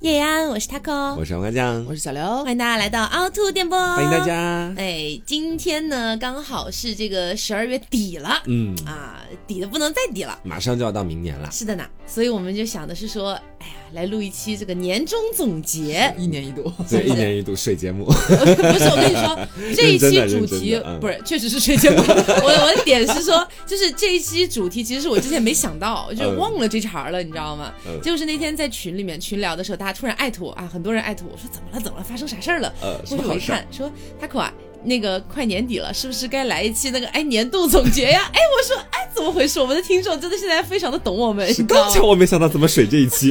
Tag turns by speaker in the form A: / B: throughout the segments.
A: 叶安，我是 taco，
B: 我是王干将，
C: 我是小刘
A: 欢，迎大家来到凹凸电波，
B: 欢迎大。家。
A: 哎，今天呢，刚好是这个十二月底了、
B: 嗯，
A: 啊，底的不能再底了。
B: 马上就要到明年了，
A: 是的呢，所以我们就想的是说，哎呀，来录一期这个年终总结。
C: 一年一度，
B: 对，一年一度税节目，
A: 不是，我跟你 说，这一期主题
B: 认真的认真的嗯
A: 不是，确实是睡觉。 我我的点是说，就是这一期主题，其实是我之前没想到，就是忘了这茬儿了，你知道吗？
B: 嗯
A: 就是那天在群里面群聊的时候，大家突然艾特我啊，很多人艾特我说怎么了怎么了，发生啥事儿了？
B: 呃，
A: 我
B: 什么
A: 我
B: 好
A: 一
B: 事儿？
A: 看说他可啊。那个快年底了，是不是该来一期那个哎年度总结呀？哎，我说哎怎么回事？我们的听众真的现在非常的懂我们，你知道
B: 刚
A: 吗
B: 巧？我没想到怎么水这一期，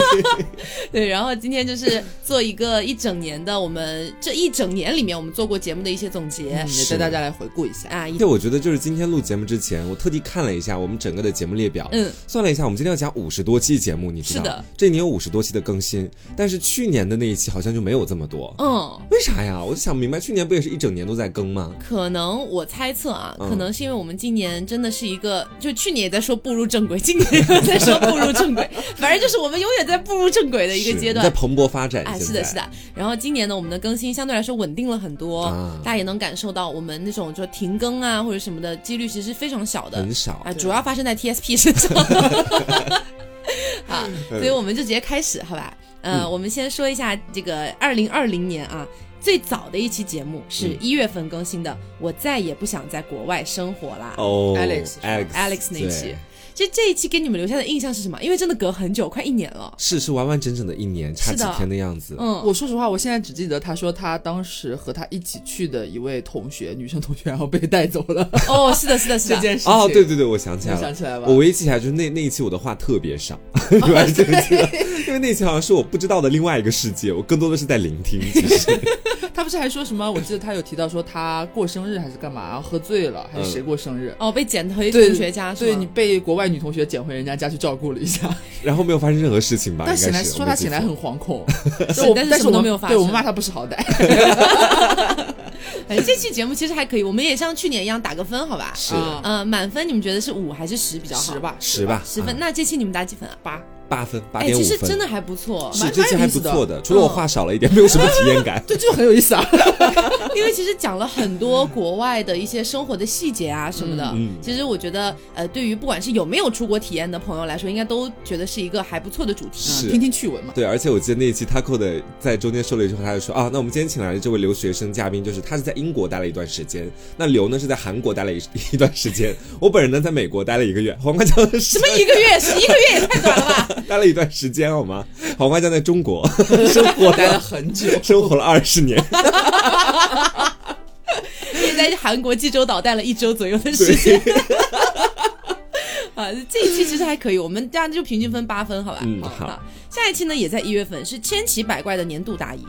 A: 对，然后今天就是做一个一整年的，我们这一整年里面我们做过节目的一些总结
C: 嗯也
B: 是
C: 带大家来回顾一下。
A: 啊，一
B: 对，我觉得就是今天录节目之前，我特地看了一下我们整个的节目列表，
A: 嗯，
B: 算了一下，我们今天要讲五十多期节目，你知道，
A: 是的，
B: 这一年有五十多期的更新，但是去年的那一期好像就没有这么多，
A: 嗯，
B: 为啥呀？我就想不明白，去年不也是一整年都在更吗？
A: 可能我猜测啊，
B: 嗯
A: 可能是因为我们今年真的是一个，就去年也在说步入正轨，今年又在说步入正轨，反正就是我们永远在步入正轨的一个
B: 是
A: 阶
B: 在
A: 段。
B: 蓬勃发展，
A: 哎，
B: 现
A: 是的，
B: 在
A: 是的。然后今年呢，我们的更新相对来说稳定了很多，
B: 啊
A: 大家也能感受到我们那种就停更啊或者什么的几率其实非常小的，
B: 很少
A: 啊，主要发生在 TSP 身 上。
C: 嗯
A: 好，所以我们就直接开始，好吧？呃，我们先说一下这个二零二零年啊，最早的一期节目是
B: 嗯
A: 一月份更新的，我再也不想在国外生活啦。
B: 哦
C: Alex
B: Alex
A: Alex 那一期
B: 对
A: 其实这一期给你们留下的印象是什么？因为真的隔很久，快一年了。
B: 是是完完整整的一年，差
A: 是
B: 几
A: 的
B: 天的样子。
A: 嗯，
C: 我说实话，我现在只记得他说他当时和他一起去的一位同学，女生同学，然后被带走了
A: 哦，是的，是的，是
C: 这
A: 的。
C: 件事情。
B: 哦，对，对对，我想起来
C: 你
B: 了
C: 想。起来吧？
B: 我唯一记起来就是那那一期我的话特别少， 突
C: 哦
B: 然就记得，因为那期好像是我不知道的另外一个世界，我更多的是在聆听。其实
C: 他不是还说什么？我记得他有提到说他过生日还是干嘛，然后喝醉了还是谁过生日？
A: 哦，被捡回
C: 对
A: 同学家是
C: 对
A: 吗
C: 你被国外女同学捡回人家家去照顾了一下，
B: 然后没有发生任何事情吧？
C: 但
B: 应
C: 醒
B: 该
C: 来
B: 是
C: 说
B: 我没
C: 他
B: 记
C: 醒来
B: 错
C: 很惶恐，
A: 是
C: 对我
A: 但是什
C: 但是
A: 么
C: 我
A: 都
C: 们
A: 没有发
C: 对我
A: 生
C: 们骂他不识好歹，
A: 哎，这期节目其实还可以，我们也像去年一样打个分，好吧？
B: 是
C: 啊
A: 呃，满分你们觉得是五还是十比较好？
C: 十，吧，
B: 十吧，
A: 十分。
B: 啊
A: 那这期你们打几分啊？八。
B: 八分，八
A: 哎，
B: 点五
A: 其
B: 分，
A: 实真的还不错，
B: 是
C: 蛮
B: 这期还
C: 蛮有
B: 不
C: 意思的嗯
B: 错的，除了我话少了一点，没有什么体验 感。
C: 对，这就很有意思啊。
A: 因为其实讲了很多国外的一些生活的细节啊什么的。
B: 嗯嗯
A: 其实我觉得，呃，对于不管是有没有出国体验的朋友来说，应该都觉得是一个还不错的主题。啊
B: 是
C: 听听趣 闻嘛。
B: 对，而且我记得那一期 Taco 的在中间说了一句话，他就说啊，那我们今天请来的这位留学生嘉宾，就是他是在英国待了一段时间，那刘呢是在韩国待了一 一段时间，我本人呢在美国待了一个月，黄瓜酱什
A: 什么一个月？是一个月 也太短了吧？
B: 待了一段时间好吗？黄瓜酱在中国 生活
C: 待了
B: 了
C: 很久，
B: 生活了二十年，
A: 也在韩国济州岛待了一周左右的时间。 啊，这一期其实还可以，我们大家就平均分八分，好吧？
B: 嗯好
A: 好。下一期呢，也在一月份，是千奇百怪的年度答疑。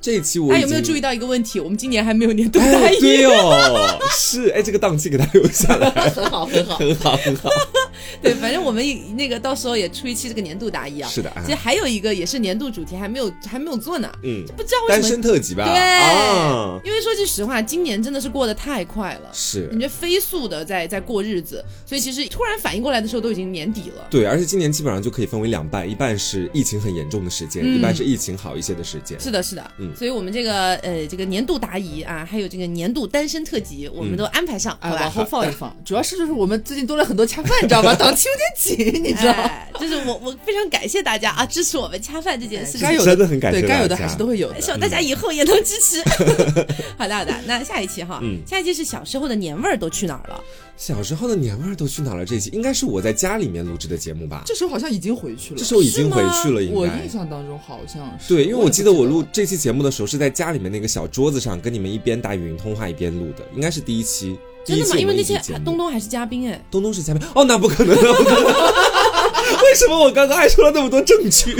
B: 这一期我
A: 大
B: 已
A: 家哎
B: 经
A: 有没有注意？到一个问题？我们今年还没有年度答
B: 哎，
A: 疑。
B: 对哦，是哎，这个档期给他留下来，
C: 很好，很好。
B: 很好，很好。
A: 对，反正我们也那个到时候也出一期这个年度答疑啊。
B: 是的啊
A: 其实还有一个也是年度主题，还没有还没有做呢。
B: 嗯，
A: 不知道为
B: 单
A: 什么
B: 身。特辑吧？
A: 对，
B: 啊，
A: 因为说句实话，今年真的是过得太快了，
B: 是
A: 感觉飞速的在在过日子，所以其实突然反应过来的时候都已经年底了。
B: 对，而且今年基本上就可以分为两半，一半是疫情很严重的时间，
A: 嗯
B: 一半是疫情好一些的时间。
A: 是的，是的，
B: 嗯
A: 所以我们这个呃这个年度答疑啊，还有这个年度单身特辑，我
B: 嗯
A: 们都安排上，
B: 啊
C: 哎，
A: 好吧？
C: 往后放一放， 主要是就是我们最近多了很多恰饭， 你知 道吧？档期有点紧，你知道。
A: 哎，就是我我非常感谢大家啊，支持我们恰饭这件事情
C: 该。有
B: 真哎的很感谢
C: 对，该有的
B: 大家
C: 还是都会有的。
B: 嗯
A: 希望大家以后也能支持。 好的好的，那下一期哈，
B: 嗯
A: 下一期是小时候的年味儿都去哪儿了？
B: 小时候的年味儿都去哪儿了？这一期应该是我在家里面录制的节目吧？
C: 这时候好像已经回去了
B: 这，时候已经
A: 是
B: 回
A: 吗
B: 去了，应
C: 我
B: 该
C: 印。象当中好像是。
B: 对，因为我
C: 也
B: 记
C: 不
B: 得我录这期节目的时候是在家里面那个小桌子上跟你们一边打语音通话一边录的，应该是第一期。第
A: 真
B: 一
A: 的吗？
B: 期
A: 因
B: 我
A: 为
B: 们
A: 那
B: 一起
A: 些
B: 节目
A: 东东还是嘉宾哎，
B: 东东是嘉宾哦，那不可能，那不可能。 为什么我刚刚还说了那么多证 据？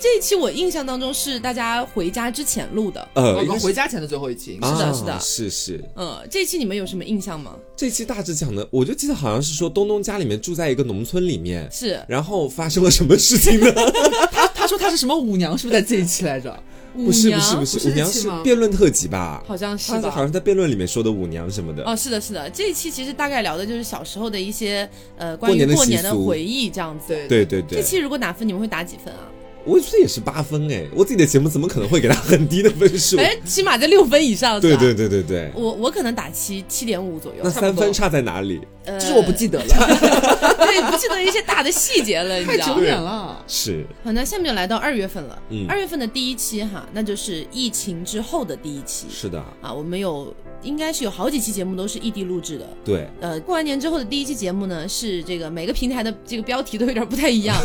A: 这一期我印象当中是大家回家之前录的。
B: 呃，
C: 我
B: 应该
C: 们
B: 是
C: 回家前的最后一期，应该是
A: 的
B: 啊
A: 是的
B: 是是。
A: 嗯，这一期你们有什么印象吗？
B: 这期大致讲的，我就记得好像是说东东家里面住在一个农村里面，
A: 是
B: 然后发生了什么事情呢？
C: 他他说他是什么舞娘，是不是在这一期来着？
A: 舞
B: 不是不
A: 娘
B: 是不是，
C: 不是
B: 舞娘
C: 这期
B: 是
C: 吗
B: 辩论特辑吧？
A: 好像是
B: 他好
A: 吧？
B: 像在辩论里面说的舞娘什么的。
A: 哦，是的，是的，这一期其实大概聊的就是小时候的一些呃关于
B: 过年的
A: 过
B: 习
A: 年的
B: 俗
A: 回忆这样子。
C: 对
B: 对对
A: 这
B: 对，
A: 期如果打分，你们会打几分啊？
B: 我觉得也是八分哎，我自己的节目怎么可能会给他很低的分数？
A: 反正起码在六分以上。
B: 对
A: 是吧
B: 对，对对对，
A: 我我可能打七七点五左右
B: 那，
C: 差不
B: 三分
C: 多
B: 差在哪里？
A: 呃
C: 就是我不记得 了，
A: 对，不记得一些大的细节了，你
C: 太
A: 知道
C: 久
A: 吗？
C: 远了。
B: 是，
A: 好，那下面就来到二月份了。
B: 嗯
A: 二月份的第一期哈，那就是疫情之后的第一期
B: 是的，
A: 啊。我们有应该是有好几期节目都是异地录制的。
B: 对，
A: 呃，过完年之后的第一期节目呢，是这个每个平台的这个标题都有点不太一样，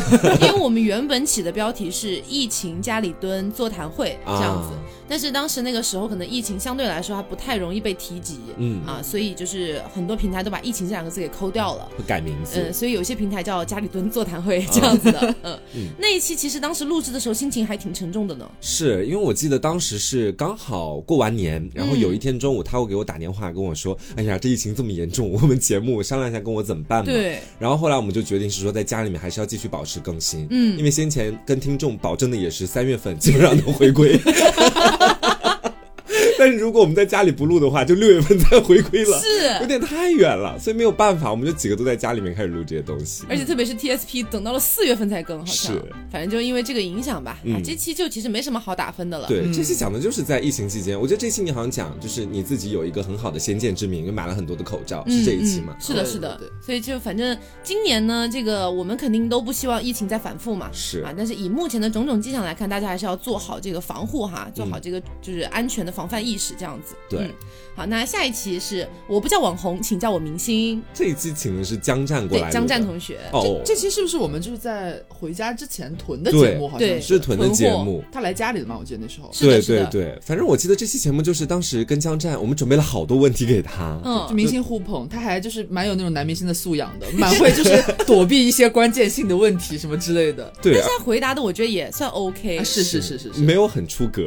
A: 因为我们原本起的标题是“疫情家里蹲座谈会”这样子，
B: 啊，
A: 但是当时那个时候可能疫情相对来说还不太容易被提及，
B: 嗯，
A: 啊，所以就是很多平台都把“疫情”这两个字给抠掉了。
B: 会改名
A: 嗯，
B: 字，
A: 所以有些平台叫家里蹲座谈会这样子 的，嗯，
B: 啊嗯
A: 那一期其实当时录制的时候心情还挺沉重的呢，
B: 是因为我记得当时是刚好过完年，然后
A: 嗯
B: 有一天中午他会给我打电话跟我说，哎呀，这疫情这么严重，我们节目商量一下跟我怎么办嘛。
A: 对，
B: 然后后来我们就决定是说，在家里面还是要继续保持更新，
A: 嗯
B: 因为先前跟听众保证的也是三月份基本上能回归。 但是如果我们在家里不录的话，就六月份再回归了，有
A: 是，
B: 点太远了，所以没有办法，我们就几个都在家里面开始录这些东西。
A: 而且特别是 TSP 等到了四月份才更，好像
B: 是，
A: 反正就因为这个影响吧，啊
B: 嗯，
A: 这期就其实没什么好打分的了，，
B: 对，这期讲的就是在疫情期间，我觉得这期你好像讲就是你自己有一个很好的先见之明，因为买了很多的口罩，是这一期嘛？
A: 嗯是的，
C: 对
A: 是的
C: 对，
A: 所以就反正今年呢，这个我们肯定都不希望疫情再反复嘛，
B: 是
A: 啊，但是以目前的种种迹象来看，大家还是要做好这个防护哈，做好这个就是安全的防范意识这样子。
B: 嗯对
A: 嗯好，那下一期是我不叫网红，请叫我明星，
B: 这一期请的是江战过
A: 对
B: 来，
A: 江战同学，
B: 哦，
C: 这期是不是我们就是在回家之前囤的
B: 对
C: 节目？好
A: 对
C: 像
B: 是屯的节
A: 囤
B: 目。
C: 他来家里的嘛，我记得那时候
A: 是的
B: 对
A: 是的
B: 对对，反正我记得这期节目就是当时跟江战，我们准备了好多问题给他，
C: 就
A: 嗯，
C: 明星互捧，他还就是蛮有那种男明星的素养的，蛮会就是躲避一些关键性的问题什么之类的。
B: 对，
A: 他回答的我觉得也算 OK，、
C: 啊，是是是是是，
B: 没有很出格，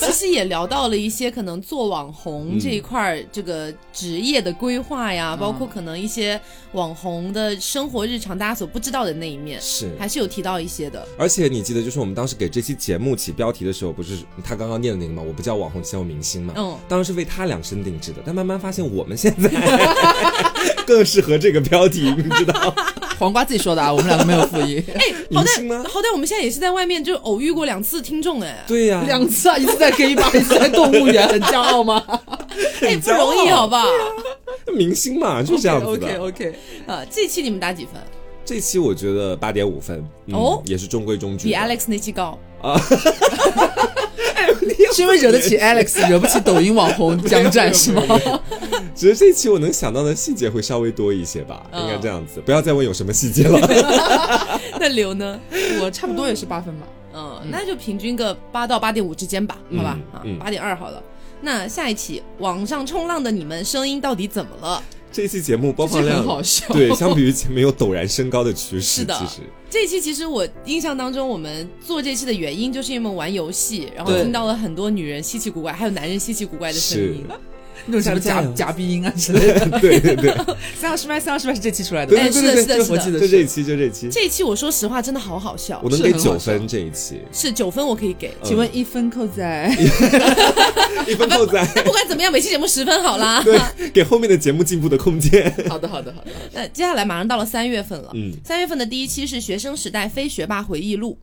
A: 其实也聊到了一些可能做网
B: 嗯
A: 红这一块儿这个职业的规划呀，包
B: 嗯
A: 括可能一些网红的生活日常大家所不知道的那一面，
B: 是。
A: 还是有提到一些的。
B: 而且你记得，就是我们当时给这期节目起标题的时候，不是他刚刚念的那个吗？我不叫网红，叫明星嘛。
A: 嗯，
B: 当然是为他量身定制的，但慢慢发现我们现在更适合这个标题，你知道？
C: 黄瓜自己说 的啊，我们两个没有复议。
A: 哎，好
B: 明星
A: 歹
B: 吗
A: 好歹我们现在也是在外面就偶遇过两次听众哎，
B: 对呀、
C: 两次啊，一次在 K 吧，一次在动物园，很骄傲吗
A: 哎
B: 很
A: 不
B: 骄傲啊
A: 容易好不好？
B: 明星嘛， 就是这样子的。
C: ？OK OK，
A: 呃，这期你们打几分？
B: 这期我觉得八点五分，嗯、
A: 哦
B: 也是中规中矩
A: 比
B: 的。
A: Alex 那期高。
C: 是因为惹得起 Alex，惹不起抖音网红江战是吗？
B: 只是这期我能想到的细节会稍微多一些吧，
A: 嗯
B: 应该这样子。不要再问有什么细节了。
A: 那刘呢？
C: 我差不多也是八分吧。
A: 嗯，那就平均个八到八点五之间吧，好吧？
B: 嗯
A: 啊
B: 嗯，
A: 八点二好了。那下一期网上冲浪的你们声音到底怎么了？
B: 这期节目播放
C: 这期
B: 量
C: 很好笑
B: 对，相比于前面有陡然升高的趋势，
A: 是的
B: 其实
A: 这一期其实我印象当中，我们做这期的原因就是因为我们玩游戏，然后
C: 对
A: 听到了很多女人稀奇古怪，还有男人稀奇古怪的声
B: 是
A: 音。，
C: 那种什么
B: 加
C: 夹
B: 油
C: 夹鼻音啊之类的。
B: 对对对，
C: 三号失败，三号失败是这期出来的哎吧，
B: 对对
A: 是的是
B: 对对
A: 的
B: 就是
A: 的
B: 我记得就这一期，就这一期，
A: 这一期我说实话真的好好笑
B: 我，能给
C: 是很好
B: 九分这一期，
A: 是九分我可以给。
B: 嗯
C: 请问一分扣在
B: 一分扣在。
A: 那不管怎么样，每期节目十分好啦。
B: 对，给后面的节目进步的空间。
C: 好的，好的，好的。
A: 那接下来马上到了三月份了，
B: 嗯
A: 三月份的第一期是学生时代非学霸回忆录，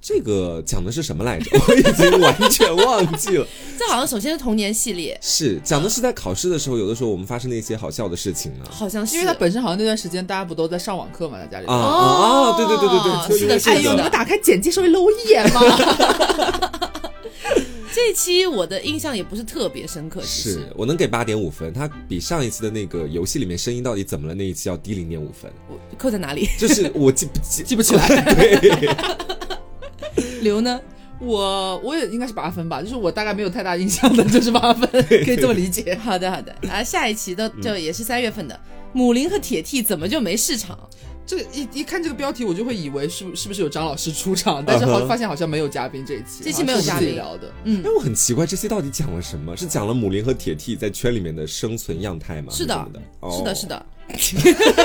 B: 这个讲的是什么来着？ 我已经完全忘记了。
A: 这好像首先是童年系列，
B: 是讲的是在考试的时候，有的时候我们发生的一些好笑的事情呢。
A: 好像是
C: 因为他本身好像那段时间大家不都在上网课嘛，在家里。
B: 啊
A: 哦
B: 啊！对对对对对，
A: 是的
B: 就是这
A: 是的
B: 个
A: 哎你们
C: 打开简介稍微搂一眼嘛。
A: 这一期我的印象也不是特别深刻，其实
B: 是我能给八点五分，它比上一期的那个游戏里面声音到底怎么了那一期要低零点五分，
A: 我扣在哪里？
B: 就是我记不记
C: 记不起来，
B: 对，
A: 刘呢？
C: 我我也应该是八分吧，就是我大概没有太大印象的，就是八分，可以这么理解。
A: 好的好的，啊，下一期的就也是三月份的。母林和铁 T 怎么就没市
C: 啊
A: 场？
C: 这个一一看这个标题，我就会以为是是不是有张老师出场，但是好
B: 嗯哼
C: 发现好像没有嘉宾这一期，啊
A: 这期没有嘉宾
C: 好像是我们自己聊的。
A: 嗯，
B: 但我很奇怪这期到底讲了什么？是讲了母林和铁 T 在圈里面的生存样态吗？哦
A: 是的
B: 还
C: 哦
B: 什么的，
A: 是的，是
B: 的。
A: 的。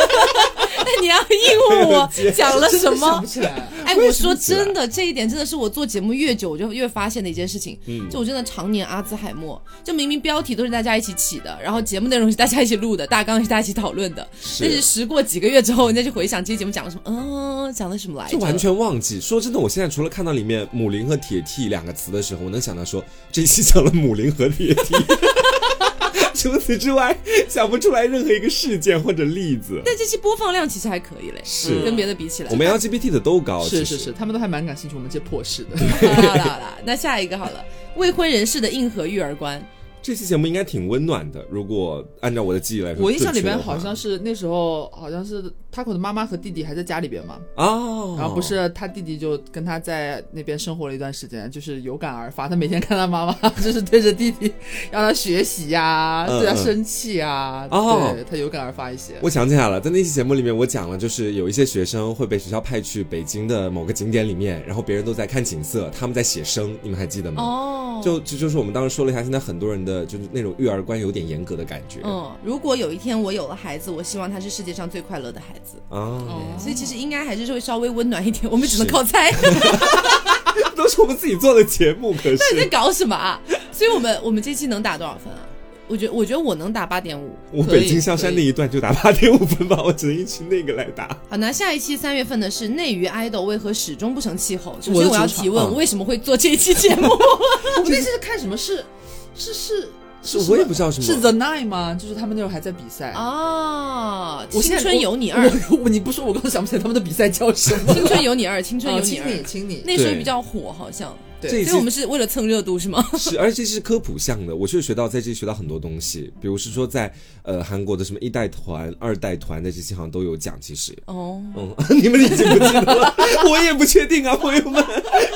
A: 那你要应问我讲了 什
C: 真的想
A: 么
C: 不？起来。
A: 哎，
B: 为
A: 我
B: 什么
A: 说
B: 起来
A: 真的，这一点真的是我做节目越久，我就越发现的一件事情。
B: 嗯
A: 就我真的常年阿兹海默，就明明标题都是大家一起起的，然后节目内容是大家一起录的，大纲是大家一起讨论的，但是
B: 是。
A: 时过几个月之后，人家就回想这期节目讲了什么，嗯，讲了什么来着？
B: 就完全忘记。说真的，我现在除了看到里面“母灵”和“铁剃”两个词的时候，我能想到说这一期讲了母灵和铁剃。 除此之外，想不出来任何一个事件或者例子。
A: 但这期播放量其实还可以嘞，
B: 是
A: 跟别的比起来
B: 我。们 LGBT 的都高，
C: 嗯是
B: 其
C: 是
B: 实
C: 是，他们都还蛮感兴趣我们这破事 的。
A: 好了好了好了，那下一个好了，未婚人士的硬核育儿观，
B: 这期节目应该挺温暖的，如果按照我的记忆来说，
C: 我印象里
B: 准
C: 边
B: 确的话
C: 好像是那时候好像是 Taco 的妈妈和弟弟还在家里边嘛，
B: 哦，
C: 然后不是他弟弟就跟他在那边生活了一段时间，就是有感而发，他每天看他妈妈就是对着弟弟让他学习呀、
B: 嗯
C: 对他
B: 嗯
C: 生气呀、啊，
B: 哦
C: 对他有感而发一些。
B: 我想起来了，在那期节目里面，我讲了，就是有一些学生会被学校派去北京的某个景点里面，然后别人都在看景色，他们在写生，你们还记得吗？
A: 哦，
B: 嗯就这就是我们当时说了一下，现在很多人的就是那种育儿观有点严格的感觉。
A: 嗯，如果有一天我有了孩子，我希望他是世界上最快乐的孩子。
B: 啊，
A: 所以其实应该还是会稍微温暖一点，我们只能
B: 是
A: 靠猜。
B: 都是我们自己做的节目，可
A: 到底在
B: 是
A: 搞什么啊？所以我们我们这期能打多少分啊？我觉我觉得我能打八点五。
B: 我
C: 可以
B: 北京香山那一段就打八点五分吧，我只能依据那个来打。
A: 好，那下一期三月份的是内娱 idol 为何始终不成气候？首
C: 我
A: 先
C: 的
A: 我要
C: 主场
A: 提问，
B: 嗯
A: 我为什么会做这一期节目？
C: 我们那次是看什么是是是
B: 是
C: 什么
B: 我也不知道什么
C: 是 The Nine 吗？就是他们那时候还在比赛。
A: 哦，
C: 我
A: 青
C: 现在
A: 春有你二，
C: 我我你不说，我刚刚想不起来他们的比赛叫什 么。
A: 青春有你二，青春有
C: 哦
A: 你
C: 亲
A: 二
C: 你，，亲你，
A: 那时候
B: 对
A: 比较火，好像。
C: 对
B: 这一
A: 所以我
B: 期
A: 们是为了蹭热度是吗？
B: 是，而且是科普项的，我确实学到在这里学到很多东西，比如是说在呃韩国的什么一代团、二代团在这期好像都有讲，其实。
A: 哦，
B: 嗯， 你们已经不记得了， 我也不确定啊，朋友们，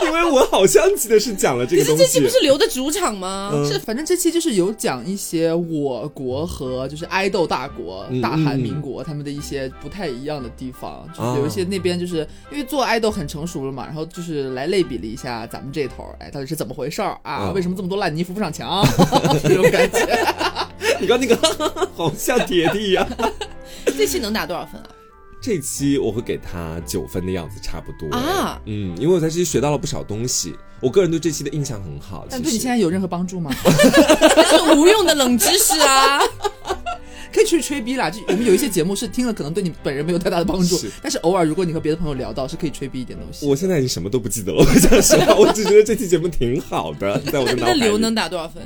B: 因为我好像记得是讲了这
A: 可
B: 个东
A: 是
B: 西。
A: 这期不是留的主场吗？
B: 嗯
C: 是，反正这期就是有讲一些我国和就是爱豆大国、
B: 嗯
C: 大韩民国他们的一些不太一样的地方，就
B: 啊
C: 是有一些那边就是因为做爱豆很成熟了嘛，然后就是来类比了一下咱们这头儿，哎，到底是怎么回事儿啊？
B: 嗯
C: 为什么这么多烂泥扶不 上墙？这种感觉，
B: 你刚那个 好像铁弟啊一样。
A: 这期能打多少分啊？
B: 这期我会给他九分的样子，差不多
A: 啊
B: 嗯，因为我在这期学到了不少东西，我个人对这期的印象很好。
C: 但
B: 其
C: 对你
B: 实
C: 现在有任何帮助 吗？
A: 那是无用的冷知识啊！
C: 可以去吹逼啦，就我们有一些节目是听了可能对你本人没有太大的帮助
B: 是，
C: 但是偶尔如果你和别的朋友聊到，是可以吹逼一点东西。
B: 我现在已经什么都不记得了，我讲实话，我只觉得这期节目挺好 的，在我的脑海
A: 那
B: 里。
A: 刘能打多少分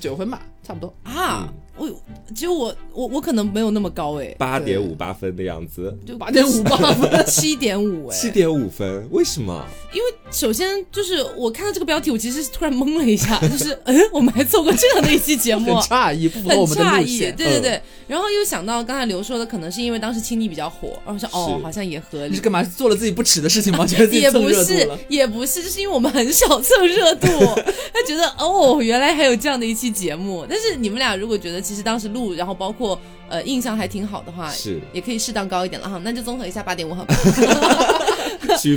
C: 九分吧，差不多。
A: 啊？我只有我我我可能没有那么高哎，
B: 八点五八分的样子，
A: 就
C: 八点五吧，
A: 七点五哎，
B: 七点五分，为什么？
A: 因为首先就是我看到这个标题，我其实是突然懵了一 下，就是嗯，我们还做过这样的一期节
C: 很
A: 目，啊
C: 诧异，不符
A: 很
C: 合我们的
A: 诧
C: 路
A: 异。
C: 线。嗯
A: 对对对，然后又想到刚才刘说的，可能是因为当时青你比较火，然后我说哦，
B: 是
A: 好像也合
C: 你
A: 理
C: 是。干嘛做了自己不耻的事情吗？ 觉得自己
A: 也
C: 蹭
A: 不
C: 热度
A: 是
C: 了？，
A: 也不是，就是因为我们很少蹭热 度，他觉得哦，原来还有这样的一期节目。但是你们俩如果觉得其实当时录，然后包括呃印象还挺好的话，
B: 是
A: 也可以适当高一点了哈。那就综合一下八点五好 吧。
B: 屈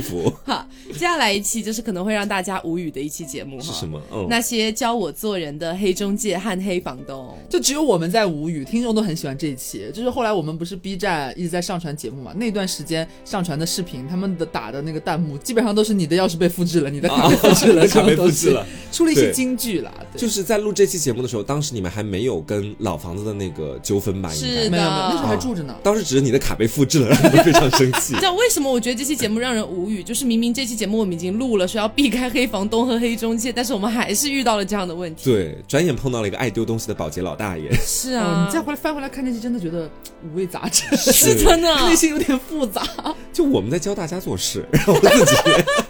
B: 服
A: 好，接下来一期就是可能会让大家无语的一期节目哈。
B: 是什么？嗯，
A: 那些教我做人的黑中介和黑房东，
C: 就只有我们在无语，听众都很喜欢这一期。就是后来我们不是 B 站一直在上传节目嘛，那段时间上传的视频，他们的打的那个弹幕基本上都是你的钥匙被复制了，你的卡被复制了，
B: 啊
C: 这
B: 卡
C: 种
B: 被
C: 东
B: 复
C: 西
B: 制了，
C: 出了一些
B: 对
C: 金句啦。对
B: 就是在录这期节目的时候，当时你们还没有跟老房子的那个纠纷吧？应
A: 是
B: 该
A: 的
C: 没有没有，那时
B: 啊
C: 候还住
A: 啊
C: 着呢。
B: 当时只是你的卡被复制了，让你们非常生气
A: 你知。道为什么我觉得这期节目让人无语？就是明明这期节目我们已经录了，说要避开黑房东和黑中介，但是我们还是遇到了这样的问题。
B: 对，转眼碰到了一个爱丢东西的保洁老大爷。
A: 是
C: 哦
A: 啊，
C: 你再回来翻回来看那期，真的觉得五味杂陈，
A: 是真的
C: 内心有点复杂，
B: 就我们在教大家做事， 然后自己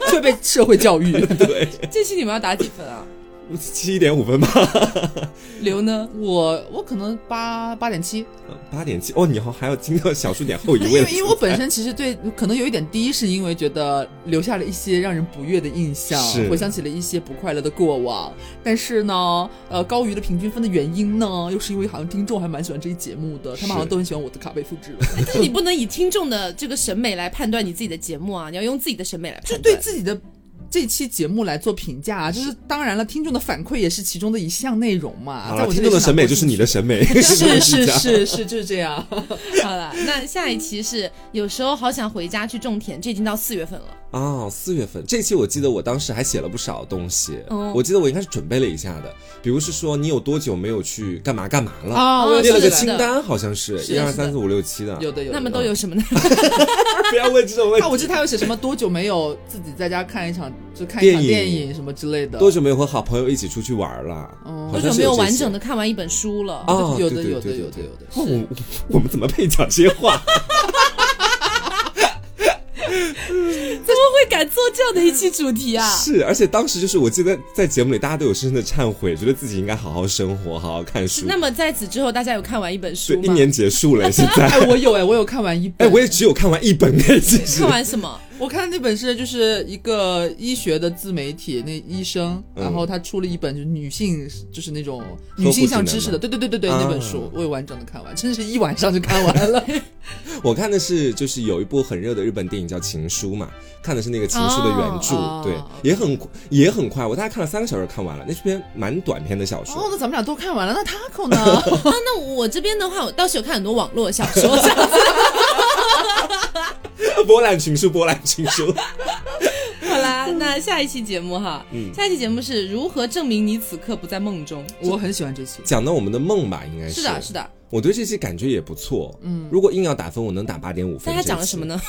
C: 却被社会教育。
B: 对
A: 这期你们要打几分啊？
B: 七点五分吧，
A: 刘呢？
C: 我我可能八八点七，
B: 八点七哦，你好，还要经过小数点后一
C: 因
B: 位
C: 为
B: 的
C: 因为我本身其实对可能有一点，第一是因为觉得留下了一些让人不悦的印象
B: 是，
C: 回想起了一些不快乐的过往。但是呢，呃，高于的平均分的原因呢，又是因为好像听众还蛮喜欢这一节目的，他们好像都很喜欢我的卡被复制 了，
A: 哎但你不能以听众的这个审美来判断你自己的节目啊，你要用自己的审美来判
C: 就
A: 断。
C: 对自己的这期节目来做评价啊，就是当然了，听众的反馈也是其中的一项内容嘛。
B: 好
C: 在
B: 了，
C: 我这
B: 听
C: 里
B: 众的审美
C: 想
B: 就是你的审美，
C: 是是
B: 这样
C: 是是，就是这样。
A: 好了，那下一期是有时候好想回家去种田，这已经到四月份了。
B: 啊，四月份这期我记得我当时还写了不少东西，
A: 哦
B: 我记得我应该是准备了一下的，比如是说你有多久没有去干嘛干嘛了，
C: 啊
A: 我有
B: 列了
A: 是
B: 个
A: 的
B: 清单，好像是
C: 是
B: 一
C: 的
B: 二
C: 是的
B: 三四五六七的，
C: 有的有的，
A: 那么都有什么呢？
B: 不要问这种问
C: 啊，
B: 题。
C: 我记得他有写什么多久没有自己在家看一场，就看一场
B: 电
C: 电
B: 影
C: 影什么之类的。
B: 多久没有和好朋友一起出去玩了？
C: 嗯
B: 好
A: 多
B: 像
A: 久
B: 是
A: 没有
B: 这
A: 完
B: 些
A: 整的看完一本书了？
B: 啊？
C: 哦有
B: 对
C: 的
B: 对
C: 有的
B: 对
C: 有的
B: 对
C: 有的
B: 哇我 我们怎么配讲这些话？
A: 怎么会敢做这样的一期主题 啊？
B: 是，而且当时就是我记得在节目里，大家都有深深的忏悔，觉得自己应该好好生活，好好看书。
A: 那么在此之后，大家有看完一本
B: 对
A: 书
B: 一
A: 吗？
B: 年结束了，现 在
C: 哎，我有哎，我有看完一
B: 哎，
C: 本，
B: 我也只有看完一本哎，其实
A: 看完什么？啊
C: 我看那本是就是一个医学的自媒体，那医生，
B: 嗯
C: 然后他出了一本就是女性，就是那种
B: 护
C: 女性向
B: 指南
C: 知识
B: 吗
C: 的，对对对对对，
B: 啊
C: 那本书我也完整的看完，真是一晚上就看完 了。
B: 我看的是就是有一部很热的日本电影叫《情书》嘛，看的是那个《情书》的原著，
C: 哦
B: 对
C: 哦，
B: 也很也很快，我大概看了三个小时看完了，那是篇蛮短篇的小说。
C: 哦，那咱们俩都看完了，那 Taco 呢？
A: 啊，那我这边的话，我倒是有看很多网络小说，这样
B: 波兰群书，波兰群 书，
A: 好啦。那下一期节目哈，下一期节目是如何证明你此刻不在梦中？
C: 我很喜欢这期，
B: 讲到我们的梦吧，应该是
A: 是的，是的。
B: 我对这期感觉也不错，嗯，如果硬要打分，我能打八点五分。
A: 大家讲了什么？呢？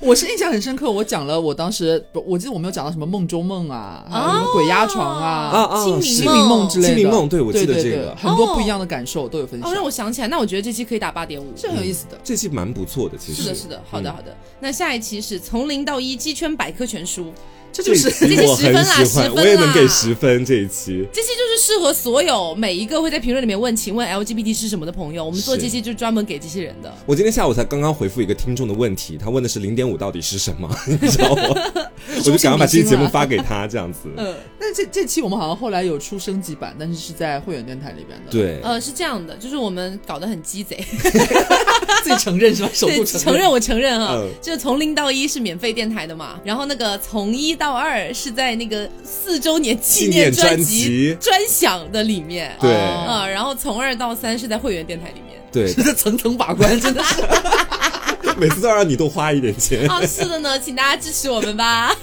C: 我是印象很深刻，我讲了我当时，不我记得我没有讲到什么梦中梦啊，还有什么鬼压床
B: 哦啊
C: 啊、
B: 啊，
A: 清明
B: 是
C: 清明梦之类的。
B: 清明梦对我记得
C: 对
B: 这
C: 对
B: 个
C: 很多不一样的感受都有分享
A: 哦，，让我想起来，那我觉得这期可以打八点五。
C: 这很有意思的。
B: 这期蛮不错的，其实
A: 是的，是的，好的，
B: 嗯
A: 好的。那下一期是从零到一鸡圈百科全书，
C: 这
B: 这
C: 就是
B: 期
A: 这期
B: 我
A: 十分
B: 很
A: 啦
B: 喜
A: 十
B: 欢，
A: 分
B: 我也能给
A: 啦
B: 十分这一期。
A: 这期就是适合所有每一个会在评论里面问“请问 LGBT 是什么”的朋友。我们做
B: 是
A: 这期就专门给这些人的。
B: 我今天下午才刚刚回复一个听众的问题，他问的是零点五到底是什么， 你知道吗？ 我就赶快把这期节目发给他，这样子。
A: 嗯，
C: 但是这这期我们好像后来有出升级版，但是是在会员电台里边的。，
B: 对，
A: 呃，是这样的，就是我们搞得很鸡贼，
C: 自己承认是吧？手
A: 对，
C: 不
A: 承
C: 认。
A: 认我承认啊，
B: 嗯
A: 就是从零到一是免费电台的嘛，然后那个从一到二是在那个四周年纪念
B: 纪念专辑
A: 辑专享的里面，
B: 对
A: 啊、然后从二到三是在会员电台里面。
B: 对，
C: 这层层把关，真的是。
B: 每次都要让你多花一 点钱。
A: 啊，是的呢，请大家支持我们吧。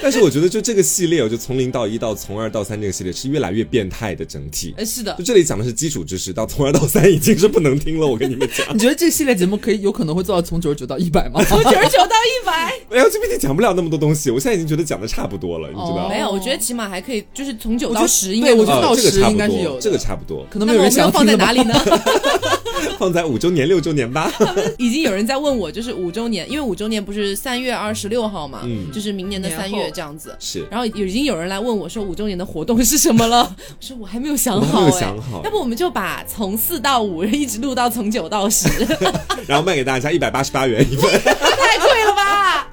B: 但是我觉得就这个系列，我就从零到一到从二到三这个系列是越来越变态的整体。
A: 呃，是的
B: 就，这里讲的是基础知识，到从二到三已经是不能听了。我跟你们讲
C: 你觉得这系列节目可以有可能会做到从九十九到一百 吗？
A: 从九十九到一百，
B: ，LGBT 讲不了那么多东西，我现在已经觉得讲的差不多了，你知道
C: 哦
A: 没
B: 吗？
C: 有
A: 有，我觉得起码还可以，就是从九
C: 我觉
A: 到
C: 得
A: 十，
C: 对
A: 应该
C: 我觉
B: 啊
C: 得到
B: 这个
C: 十
B: 差
C: 应
B: 不
C: 该是有
B: 多，
C: 的
B: 这个差不多，
C: 可能
A: 那
C: 没
A: 么我
C: 有人
A: 们
C: 想
A: 要
C: 要
A: 放在
C: 听了吧
A: 哪里呢？
B: 放在五周年、六周年 吧。
A: 已经有人在问我，就是五周年，因为五周年不是三月二十六号嘛，
B: 嗯
A: 就是明年的三
C: 年
A: 月
C: 后
A: 这样子。
B: 是，
A: 然后已经有人来问我说五周年的活动是什么了， 我说我还没有想
B: 我还
A: 好
B: 没有
A: 哎，
B: 想好
A: 要不我们就把从四到五一直录到从九到十，
B: 然后卖给大家一百八十八元一份。
A: 太贵了 吧？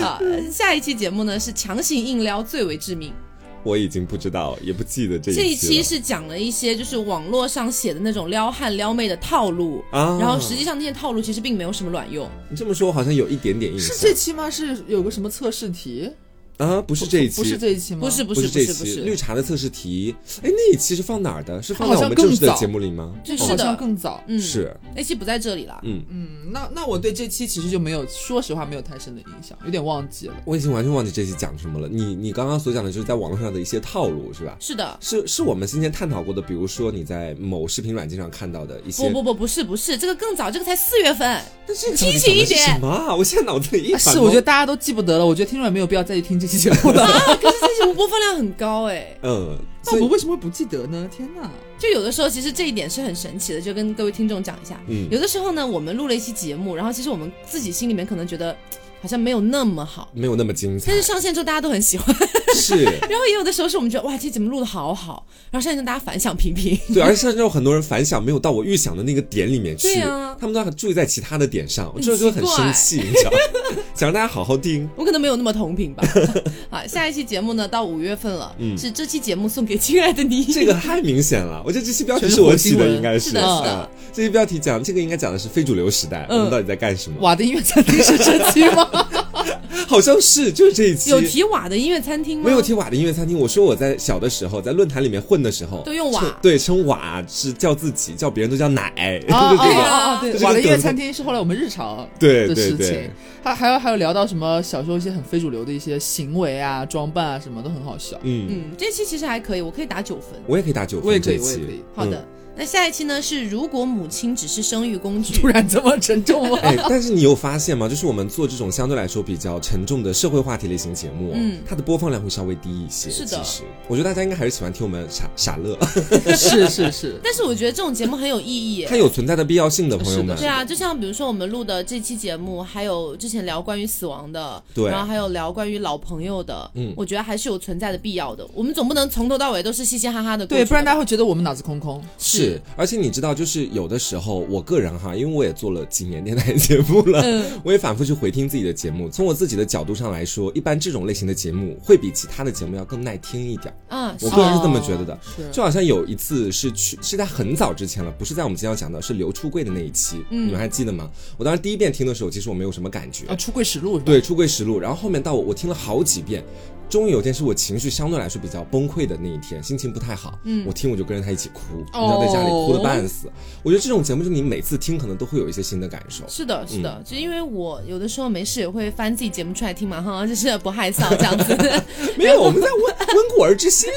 A: 啊，下一期节目呢是强行硬撩最为致命。
B: 我已经不知道，也不记得这
A: 这一
B: 一
A: 期
B: 期
A: 是讲了一些就是网络上写的那种撩汉撩妹的套路，
B: 了啊。嗯
A: 然后实际上那些套路其实并没有什么卵用。
B: 你这么说，我好像有一点点印
C: 是
B: 象。
C: 这期吗？是有个什么测试题？
B: 啊，不是这一期，
C: 不是这一期吗？
A: 不是不
B: 不
A: 是
B: 这一
A: 不
B: 期绿
A: 是，
B: 茶的测试题。哎，那一期是放哪儿的？是放在
C: 好
B: 我
C: 像
B: 们正式的
C: 更早
B: 节目里吗？哦
A: 这
C: 好
A: 是
C: 像
A: 的，
C: 更早。
A: 嗯，
B: 是，
A: 那期不在这里了。
B: 嗯，
C: 嗯，那那我对这期其实就没有，说实话没有太深的印象，有点忘记了。
B: 我已经完全忘记这期讲什么了。你你刚刚所讲的就是在网络上的一些套路，是吧？
A: 是的，
B: 是是我们先前探讨过的，比如说你在某视频软件上看到的一些，
A: 不不不，不是不是，这个更早，这个才四月份。
B: 但是
A: 清醒一点
B: 什么啊？我现在脑子里一
C: 啊
B: 反
C: 是，我觉
B: 得
C: 得大家都记不得了。我觉得听众也没有必要再去听这期节目了。
A: 啊，可是这些播放量很高哎，
B: 嗯，
C: 那
B: 所
C: 我
B: 以
C: 为什么会不记得呢？天哪！
A: 就有的时候其实这一点是很神奇的，就跟各位听众讲一下。
B: 嗯
A: 有的时候呢，我们录了一期节目，然后其实我们自己心里面可能觉得嘖好像没有那么好，
B: 没有那么精彩
A: 但是，上线之后大家都很喜欢。
B: 是
A: 然后也有的时候是我们觉得哇，这节目录的好好，然后上线大家反响平平。
B: 对，而且像这种很多人反响没有到我预想的那个点里面去，
A: 对啊
B: 他们都很注意在其他的点上，我
A: 很
B: 这就很
A: 奇怪
B: 生气，你知道吗， 想让大家好好听。
A: 我可能没有那么同频吧。 啊，下一期节目呢，到五月份了，
B: 嗯
A: 是这期节目送给亲爱的你。
B: 这个太明显了，我觉得这期标题
C: 全是
B: 是我
C: 火
B: 起
C: 星
B: 的，
C: 文
B: 应该
A: 是的是的
B: 啊这期标题讲这个应该讲的是非主流时代，我们
A: 嗯
B: 到底在干什么？
C: 瓦的音乐餐厅是这期吗？
B: 好像是就是这一 期
A: 有提瓦的音乐餐厅吗？
B: 没有提瓦的音乐餐厅。我说我在小的时候在论坛里面混的时候，
A: 都用瓦
B: 称对，称瓦是叫自己，叫别人都叫奶，
C: 啊
B: 就这
A: 哦
B: 种。
C: 啊啊！对
B: 就，是
C: 我
B: 这
C: 的音乐
B: 种
C: 餐厅是后来我们日常
B: 对
C: 的
B: 对
C: 事
B: 对
C: 情，，还还有还有聊到什么小时候一些很非主流的一些行为啊、装扮啊什么都很好笑。
B: 嗯，
A: 嗯，这期其实还可以，我可以打九分。
B: 我也可以打九
C: 我也
B: 分
C: 可
B: 这
C: 以
B: 一
C: 我也可
B: 期
C: 以。
A: 好的，那下一期呢是如果母亲只是生育工具
C: 突，然这么沉 重吗？
B: 哎，但是你有发现吗？就是我们做这种相对来说比较沉重的社会话题类型节目，
A: 嗯
B: 它的播放量会稍微低一些。
A: 是的
B: 其实我觉得大家应该还是喜欢听我们傻傻乐，
C: 是是是，
A: 但是我觉得这种节目很有意义。
B: 它有存在的必要性的，朋友们。
A: 对啊，就像比如说我们录的这期节目，还有之前聊关于死亡的，
B: 对
A: 然后还有聊关于老朋友的，
B: 嗯
A: 我觉得还是有存在的必要的。我们总不能从头到尾都是嘻嘻哈哈的过去
C: 对，
A: 的吧，
C: 不然大家会觉得我们脑子空空。
B: 是，而且你知道，就是有的时候，我个人哈，因为我也做了几年电台节目了，
A: 嗯
B: 我也反复去回听自己的节目。从我自己的角度上来说，一般这种类型的节目会比其他的节目要更耐听一点儿。
A: 嗯，
B: 我
A: 是
B: 个人是这么觉得的。
C: 啊是
B: 就好像有一次是去是在很早之前了，不是在我们今天要讲的，是刘出柜的那一期，
A: 嗯
B: 你们还记得吗？我当时第一遍听的时候，其实我没有什么感觉，
C: 啊，出柜实录是吧？
B: 对，出柜实录，然后后面到我我听了好几遍，终于有一天是我情绪相对来说比较崩溃的那一天，心情不太好，
A: 嗯
B: 我听我就跟着他一起哭，你知
C: 哦
B: 道在家里哭的半死。我觉得这种节目就是你每次听可能都会有一些新的感受。
A: 是的，是的，就因为我有的时候没事也会翻自己节目出来听嘛，哈， 就是不害臊这样 子。
B: 没有，我们在温温故而知新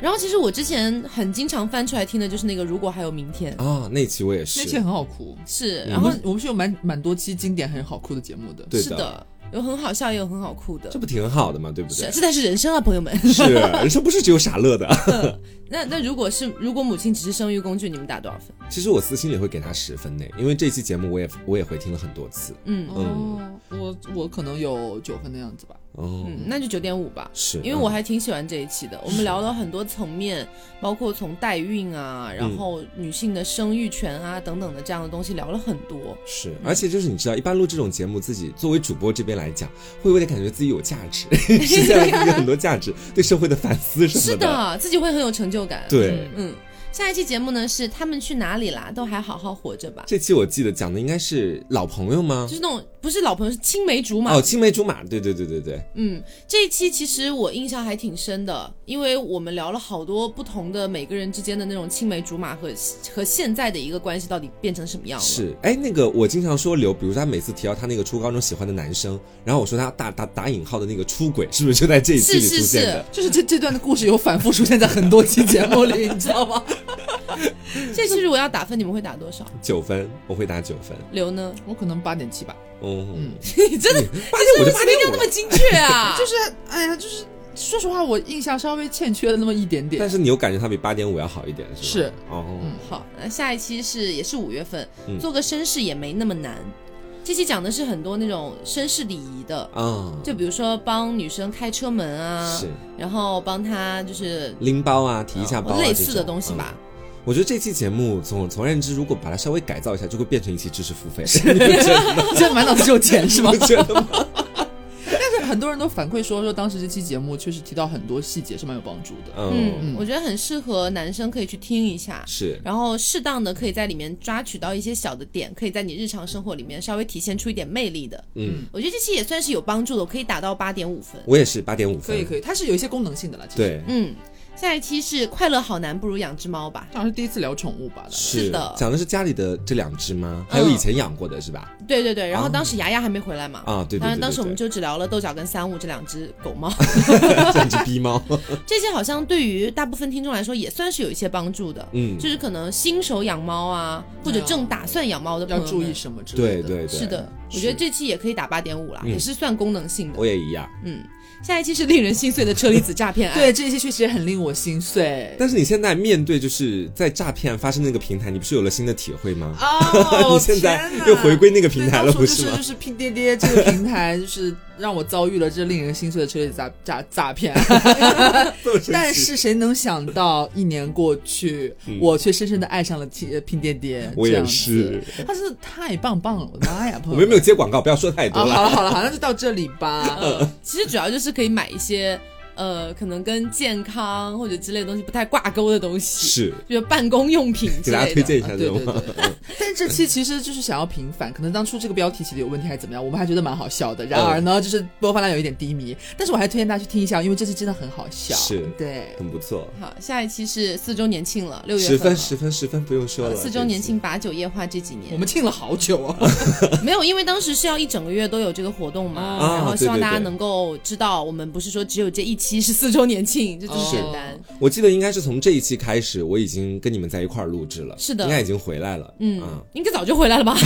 A: 然后其实我之前很经常翻出来听的就是那个《如果还有明天》，
B: 啊，那期我也
C: 那期
B: 是
C: 很，好哭。
A: 是，
B: 嗯
A: 然
C: 我
A: 后
C: 们我们是有蛮蛮多期经典很好哭的节目的。
B: 对
A: 是的，有很好笑，也有很好哭的
B: 这，不挺好的吗？对不
A: 是
B: 对？
A: 这才是人生啊，朋友们。
B: 是，人生不是只有傻乐的。
A: 那那如果是如果母亲只是生育工具，你们打多少分？
B: 其实我私心里会给他十分呢，因为这期节目我也我也回听了很多次。
A: 嗯
C: 哦，我我可能有九分的样子吧。
B: 哦，
A: 嗯，那就九点五吧。
B: 是，
A: 因为我还挺喜欢这一期的，我们聊了很多层面，包括从代孕啊，
B: 嗯
A: 然后女性的生育权啊等等的这样的东西聊了很多。
B: 嗯是，而且就是你知道，一般录这种节目，自己作为主播这边来讲，会有点感觉自己有价值， 实现了自己很多价值，对社会的反思什
A: 是
B: 么的。
A: 的，自己会很有成就感。，
B: 对，
A: 嗯，下一期节目呢是他们去哪里啦？都还好好活着吧？
B: 这期我记得讲的应该是老朋友吗
A: 就？是那种不是老朋友，是青梅竹马。
B: 哦，青梅竹马，对对对对对，
A: 嗯，这一期其实我印象还挺深的，因为我们聊了好多不同的每个人之间的那种青梅竹马和和现在的一个关系到底变成什么样了。
B: 是。哎，那个我经常说刘，比如说他每次提到他那个初高中喜欢的男生，然后我说他打打打引号的那个出轨，是不是就在这一期
A: 是
B: 里
A: 是
B: 出现
A: 是
B: 的？，
C: 就是这这段的故事有反复出现在很多期节目里，你知道吗？
A: 这期如果要打分，你们会打多少？
B: 九分，我会打九分。
A: 刘 呢？
C: 我可能八点七吧。
B: 嗯
C: 嗯，
A: 你真的，
B: 八点
A: 为
B: 五就
A: 什
B: 八
A: 么
B: 点
A: 一定要
B: 五
A: 那么精确 啊？
C: 就是，哎呀，就是说实话，我印象稍微欠缺了那么一点点
B: 但。是你有感觉它比八点五要好一点，是吗？
C: 是
B: 哦，
C: 嗯
A: 好，那下一期是也是五月份，
B: 嗯
A: 做个绅士也没那么难。这期讲的是很多那种绅士礼仪的，
B: 啊，
A: 就比如说帮女生开车门啊，
B: 是
A: 然后帮她就是
B: 拎包啊，提一下包、啊、
A: 呃类似
B: 这
A: 的
B: 种
A: 东西吧。。
B: 嗯我觉得这期节目从从而言之，如果把它稍微改造一下，就会变成一期知识付 费，
C: 现在满脑子只有钱是吗
B: 我？觉得吗？
C: 但是 很多人都反馈说，说当时这期节目确实提到很多细节是蛮有帮助的。
B: 嗯，
A: 嗯，我觉得很适合男生可以去听一下，
B: 是
A: 然后适当的可以在里面抓取到一些小的点，可以在你日常生活里面稍微体现出一点魅力的。
B: 嗯，
A: 我觉得这期也算是有帮助的，我可以打到八点五分。
B: 我也是八点五
C: 可
B: 分，
C: 以可以，它是有一些功能性的啦。其实，
B: 对，
A: 嗯，下一期是快乐好难，不如养只猫吧。
C: 好像是第一次聊宠物吧？
A: 是的嗯
B: 讲的是家里的这两只吗？还有以前养过的 是吧？
A: 对对对，然后当时牙牙还没回来嘛。
B: 啊，对对对
A: 当然，当时我们
B: 就
A: 就只聊了豆角跟三五这两只狗猫，
B: 这只逼猫，
A: 这些好像对于大部分听众来说也算是有一些帮助的，
B: 嗯，
A: 就是可能新手养猫啊，或者正打算养猫的朋
C: 要
A: 友们
C: 注意。什么之类
B: 对
C: 的。
B: 对对，
A: 是的，我觉得
B: 是
A: 这期也可以打八点五啦，
B: 嗯
A: 也是算功能性的
B: 我。也一样。
A: 嗯，下一期是令人心碎的车厘子诈 骗案。
C: 对，这一期确实也很令我心碎。
B: 但是你现在面对就是在诈骗啊发生那个平台，你不是有了新的体会吗？
C: 哦
B: 你现在
C: 天哪
B: 又回归那个平
C: 对
B: 台
C: 当
B: 了，
C: 初
B: 不
C: 就是
B: 吗？
C: 就是拼爹爹这个平台，就是让我遭遇了这令人心碎的车里诈诈 诈骗。
B: 这么神奇
C: 但是谁能想到，一年过去，我却深深的爱上了拼拼爹爹。
B: 嗯我
C: 这
B: 也
C: 样子嗯
B: 是，
C: 他真的太棒棒了，我的妈呀！朋
B: 我
C: 友
B: 们又没有接广告，不要说太
C: 啊，
B: 多
A: 呃
B: 了。 嗯
C: 好了好了，好，那就到这里吧。
A: 其实主要就是可以买一些呃，可能跟健康或者之类的东西不太挂钩的东西，
B: 是
A: 就是办公用品之
B: 给大
A: 类的。
B: 家推荐一下
C: 啊
B: 这
C: 对
B: 种
C: 对
B: 吗？
C: 对。 但这期其实就是想要平反，可能当初这个标题起的有问题还是怎么样，我们还觉得蛮好笑的。然而
B: 嗯
C: 呢，就是播放量有一点低迷，但是我还推荐大家去听一下，因为这期真的很好笑。
B: 是
C: 对。
B: 很不错，
A: 好，下一期是四周年庆了，六月份
B: 十分
A: 了
B: 十分十分不用说了。
C: 啊
A: 四周年
B: 这次
A: 庆把酒夜话这几年，
C: 我们庆了好久啊！
A: 没有，因为当时是要一整个月都有这个活动嘛，
C: 哦
B: 啊
A: 然后希望
B: 对对
A: 大家
B: 对
A: 能够知道，我们不是说只有这一期是四周年庆，就这么
C: 哦
A: 简单。
B: 我记得应该是从这一期开始，我已经跟你们在一块儿录制了，
A: 是的
B: 应该已经回来了，啊
A: 嗯，应该早就回来了吧？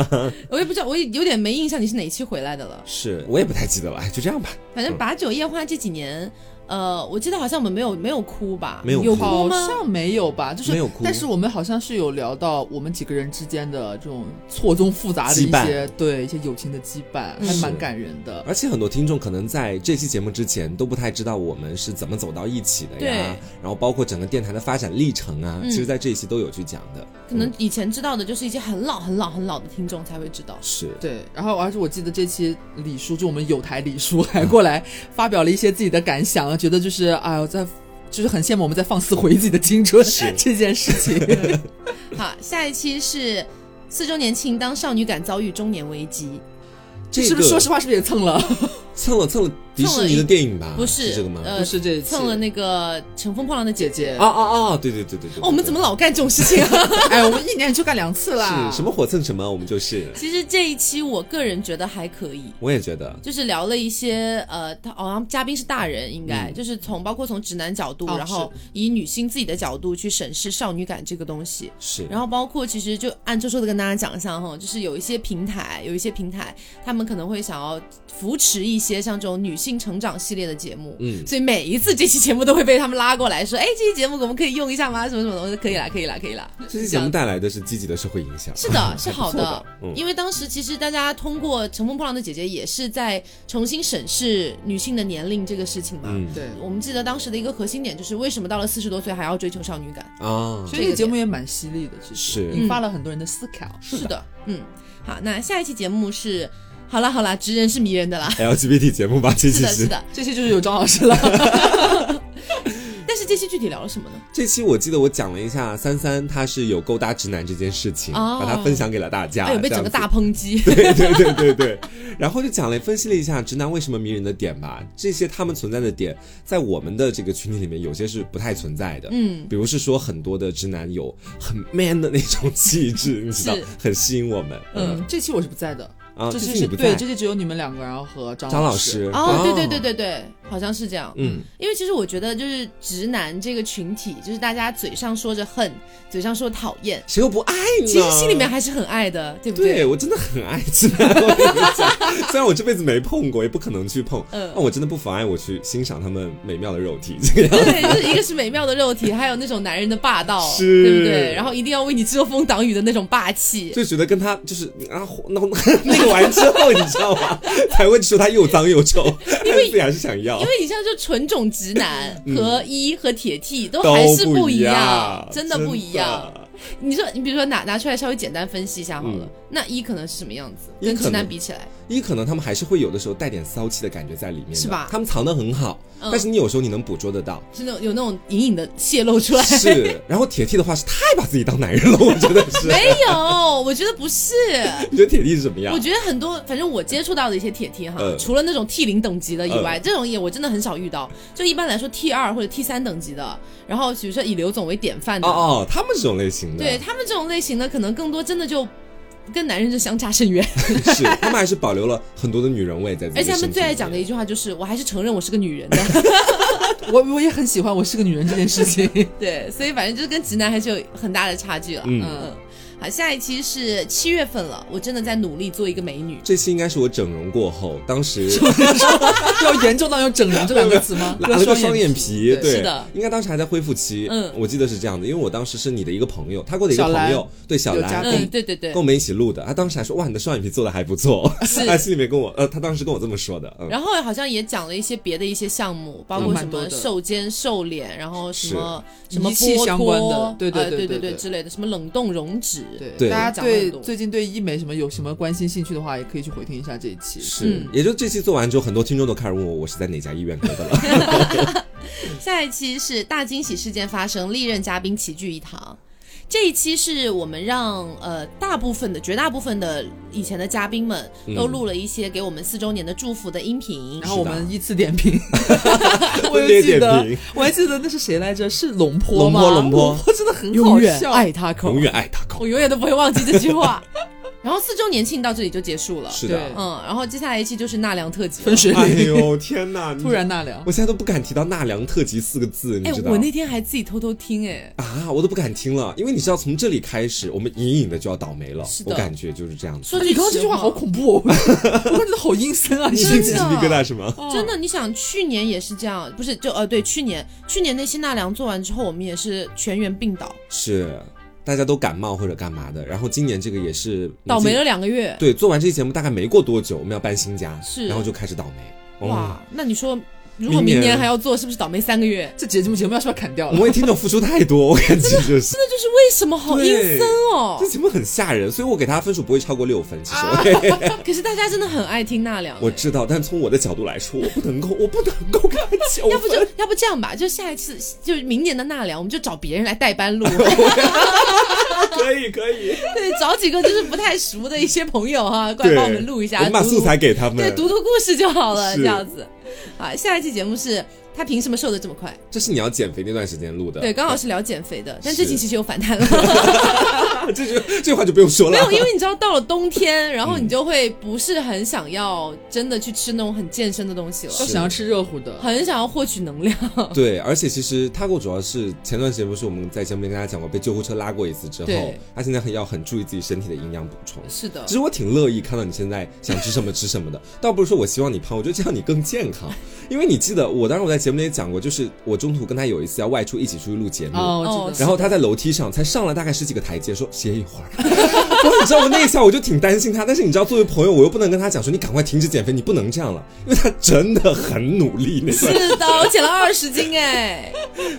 A: 我也不知道，我也有点没印象你是哪一期回来的了。
B: 是我也不太记得了，哎，就这样
C: 嗯
B: 吧，
A: 反正把酒夜话这几年，呃，我记得好像我们没有没有哭吧？
B: 没有
A: 有
B: 哭
A: 哭
C: 好
A: 吗？
C: 像没有吧，就是
B: 没有哭
C: 但是我们好像是有聊到我们几个人之间的这种错综复杂的一
B: 羁绊
C: 些对一些友情的羁绊，还
B: 是
C: 蛮感人的。
B: 而且很多听众可能在这期节目之前都不太知道我们是怎么走到一起的
A: 对
B: 呀，然后包括整个电台的发展历程啊，
A: 嗯
B: 其实在这一期都有去讲的，
A: 可能以前知道的就是一些很老很老很老的听众才会知道。
B: 是
C: 对，然后而且我记得这期李叔，就我们有台李叔还过来发表了一些自己的感想，觉得就是哎呦，在就是很羡慕我们在放肆回忆自己的青春
B: 是
C: 这件事情。
A: 好，下一期是四周年庆，当少女感遭遇中年危机，
B: 这个
C: 是不是？说实话，是不是也蹭了？
B: 蹭了蹭了迪士尼的电影吧？
A: 不
B: 是
A: 是
B: 这个吗？
A: 呃
C: 不是这一期
A: 蹭了那个《乘风破浪的姐
C: 姐
A: 姐
C: 姐》
B: 啊啊啊！对对对对对，
A: 哦，我们怎么老干这种事情啊？
C: 哎，我们一年就干两次啦。
B: 是什么火蹭什么？我们就是，
A: 其实这一期我个人觉得还可以，
B: 我也觉得
A: 就是聊了一些呃，他好像嘉宾是大人，应该、就是从包括从直男角度，
C: 哦
A: 然后以女性自己的角度去审视少女感这个东西。
B: 是。
A: 然后包括其实就按周周的跟大家讲一下哈，就是有一些平台，有一些平台他们可能会想要扶持一些像这种女性成长系列的节目，
B: 嗯
A: 所以每一次这期节目都会被他们拉过来说，哎，这期节目我们可以用一下吗？什么什么东西，可以啦，可以啦，可以啦。
B: 这期节目带来的是积极的社会影响，
A: 是的，是好
B: 不错的，嗯
A: 因为当时其实大家通过《乘风破浪的姐姐》也是在重新审视女性的年龄这个事情嘛。
B: 嗯
C: 对，
A: 我们记得当时的一个核心点就是为什么到了四十多岁还要追求少女感？
B: 啊，
C: 所以这个节目也蛮犀利的，其实
B: 是
C: 引发了很多人的思考。
A: 是的，嗯，好，那下一期节目是，好啦好啦，直人是迷人的啦，
B: LGBT 节目吧，这
A: 是
B: 期
A: 的，是的。
C: 这期就是有张老师了，
A: 但是这期具体聊了什么呢？
B: 这期我记得我讲了一下三三他是有勾搭直男这件事情，
A: 哦
B: 把它分享给了大家，
A: 哎呦，被
B: 啊这
A: 整
B: 样
A: 个
B: 子
A: 大抨击。
B: 对对对对对，然后就讲了分析了一下直男为什么迷人的点吧，这些他们存在的点，在我们的这个群体里面，有些是不太存在的，
A: 嗯
B: 比如是说很多的直男有很 man 的那种 气质，你知道
A: 是，
B: 很吸引我们，
A: 嗯，
C: 这期我是不在的，
B: 啊，这
C: 这期
B: 期
C: 是
B: 你不
C: 对，
B: 在，
C: 这期只有你们两个，然后和张
B: 张老
C: 师。
B: 师，
A: 哦，对对对，对对，好像是这样。
B: 嗯，
A: 因为其实我觉得，就是直男这个群体，就是大家嘴上说着恨，嘴上说讨厌，
B: 谁又不爱呢？
A: 其实心里面。还是很爱的，对不
B: 对我真的很爱直男，我跟你讲，虽然我这辈子没碰过，也不可能去碰，
A: 嗯
B: 但我真的不妨碍我去欣赏他们美妙的肉体，这个样
A: 对，就是一个是美妙的肉体，还有那种男人的霸道，
B: 是
A: 对不对？然后一定要为你遮风挡雨的那种霸气。
B: 就觉得跟他就是啊，那那个完之后，你知道吗？才会说他又脏又臭，但 是自己还是想要
A: 因。为你像就纯种直男
B: 嗯
A: 和一和铁 T 都
B: 都
A: 还是不
B: 一
A: 一
B: 样，
A: 真的不一样。。你说，你比如说拿拿出来稍微简单分析一下好了，那一可能是什么样子？
B: 嗯一
A: 跟
B: 可
A: 直
B: 能
A: 男比起来，
B: 一可能他们还是会有的时候带点骚气的感觉在里面的，
A: 是吧
B: 他们藏得很好，
A: 嗯
B: 但是你有时候你能捕捉得到。
A: 是那种有那种隐隐的泄露出来。
B: 是，然后铁 T 的话是太把自己当男人了，我觉得是。
A: 没有，我觉得不是。
B: 你觉得铁 T 是什么样
A: 我？觉得很多，反正我接触到的一些铁 T 哈，
B: 嗯
A: 除了那种 T 零等级的以外，这种也我真的很少遇到。就一般来说 T 二或者 T 三等级的，然后比如说以刘总为典范的，
B: 哦哦，他们这种类型的，
A: 对他们这种类型的，可能更多真的就跟男人就相差甚 远。
B: 是他们还是保留了很多的女人味在自己
A: 而
B: 的身体里面。
A: 且他们最爱讲的一句话就是：“我还是承认我是个女 人的。
C: 我我也很喜欢我是个女人这件事情。”
A: 对，所以反正就是跟直男还是有很大的差距了。
B: 嗯
A: 嗯，好，下一期是七月份了，我真的在努力做一个美女。
B: 这期应该是我整容过后，当时
C: 要严重到用“整容”这两个词 吗？
B: 拉了个双眼皮，
C: 对
B: 对，
A: 是的
B: 应该当时还在恢复期，
A: 嗯
B: 我记得是这样的，因为我当时是你的一个朋友，他跟我的一个
C: 小兰
B: 朋友，对小
C: 有
B: 兰
C: 嘉。
B: 跟
A: 嗯，
C: 宾
A: 对对对
B: 跟。我们一起录的，他当时还说哇，你的双眼皮做的还不错，
A: 是
B: 他心里面跟我，呃，他当时跟我这么说的，嗯，
A: 然后好像也讲了一些别的一些项目，包
C: 嗯
A: 括
C: 蛮
A: 什
C: 多
A: 么
C: 的
A: 瘦肩、瘦脸，然后什么
C: 是
A: 什么
C: 仪器
A: 剥
C: 相关的
A: 脱
C: 对对
A: 呃
C: 对
A: 对
C: 对
A: 对
C: 对
A: 之类的，什么冷冻溶脂，
C: 对，
B: 对
C: 大家
A: 讲了很
C: 对
A: 多
C: 最近对医美什么有什么关心兴趣的话，也可以去回听一下这一期。
B: 是
A: 嗯，
B: 也就这期做完之后，很多听众都开始问我我是在哪家医 院割的了。
A: 下一期是大惊喜事件发生，历任嘉宾齐聚一堂。这一期是我们让呃大部分的绝大部分的以前的嘉宾们都录了一些给我们四周年的祝福的音频
C: 然，后我们依次 点评，我
B: 分
C: 又
B: 裂
C: 记
B: 点
C: 得
B: 评，
C: 我还记得那是谁来着？是龙坡吗？
B: 龙坡龙坡
C: 真的很好
A: 永远
C: 笑，
A: 爱他口
B: 永，远爱他狗。
A: 我永远都不会忘记这句 话。然后四周年庆到这里就结束了，
B: 是的
C: 对，
A: 嗯，然后接下来一期就是纳凉特辑了。
C: 分水
B: 哎
C: 岭，
B: 呦天哪！
C: 突然纳 凉
B: 我。现在都不敢提到纳凉特辑四个字，你
A: 哎
B: 知，道
A: 我那天还自己偷偷听哎，
B: 啊，我都不敢听了，因为你知道从这里开始，我们隐隐的就要倒霉了
A: 是，的
B: 我感觉就是这样子。
A: 说
C: 你刚刚这句话好
A: 恐。
C: 恐 怖、哦，我我感觉好阴森啊！哦
B: 你
A: 真
B: 是
A: 的
B: 鸡皮疙瘩是吗？
A: 真的，你想去年也是这样，不是就呃对，去年去年那些纳凉做完之后，我们也是全员病倒，
B: 是，大家都感冒或者干嘛的，然后今年这个也是
A: 倒霉。
B: 已
A: 了
B: 经
A: 两个月。
B: 对，做完这期节目大概没过多久，我们要搬新家，
A: 是
B: 然后就开始倒霉。哦
A: 哇，，那你说如果
B: 明年
A: 明年还要做，是不是倒霉三个月？
C: 这节目节目要是要砍掉
B: 我们
C: 了，
B: 为听众付出太多，我感觉就是。
A: 那就是为什么好
B: 对
A: 阴森 哦啊
B: 这。节目很吓人，所以我给他分数不会超过六分。其实，OK，
A: 可是大家真的很爱听纳凉，
B: 我知道，但从我的角度来说，我不能够，我不能够给他 九分。
A: 要不就要不这样吧，就下一次就是明年的纳凉，我们就找别人来代班录，
B: 可以可以，
A: 对，找几个就是不太熟的一些朋友哈，过来
B: 对
A: 帮我们录一下，
B: 我们把
A: 读读
B: 素材给他们。
A: 对，读读故事就好了，
B: 是
A: 这样子。啊，下一期节目是他凭什么瘦的这么快？
B: 这是你要减肥那段时间录的。
A: 对，刚好是聊减肥的，但
B: 是
A: 最近其实有反弹 了，
B: 啊， 这就这话就不用说了。
A: 没有，因为你知道到了冬天，然后你就会不是很想要真的去吃那种很健身的东西了，
C: 都想要吃热乎的，
A: 很想要获取能量。
B: 对，而且其实他给我主要是前段时间不是我们在节目里跟大家讲过，被救护车拉过一次之后
A: 对，
B: 他现在很要很注意自己身体的营养补充。
A: 是的
B: 其，实我挺乐意看到你现在想吃什么吃什么的， 倒不是说我希望你胖，我觉得这样你更健康。 因为你记得我当时我在节目里也讲过，就是我中途跟他有一次要外出一起出去录节目，
C: 哦，我
A: 哦
C: 记得。
B: 然后他在楼梯上才上了大概十几个台阶，说歇一会儿。哇，你知道我那一下我就挺担心他，但是你知道作为朋友，我又不能跟他讲说你赶快停止减肥，你不能这样了，因为他真的很努力 那个，
A: 是的，我减了二十斤 哎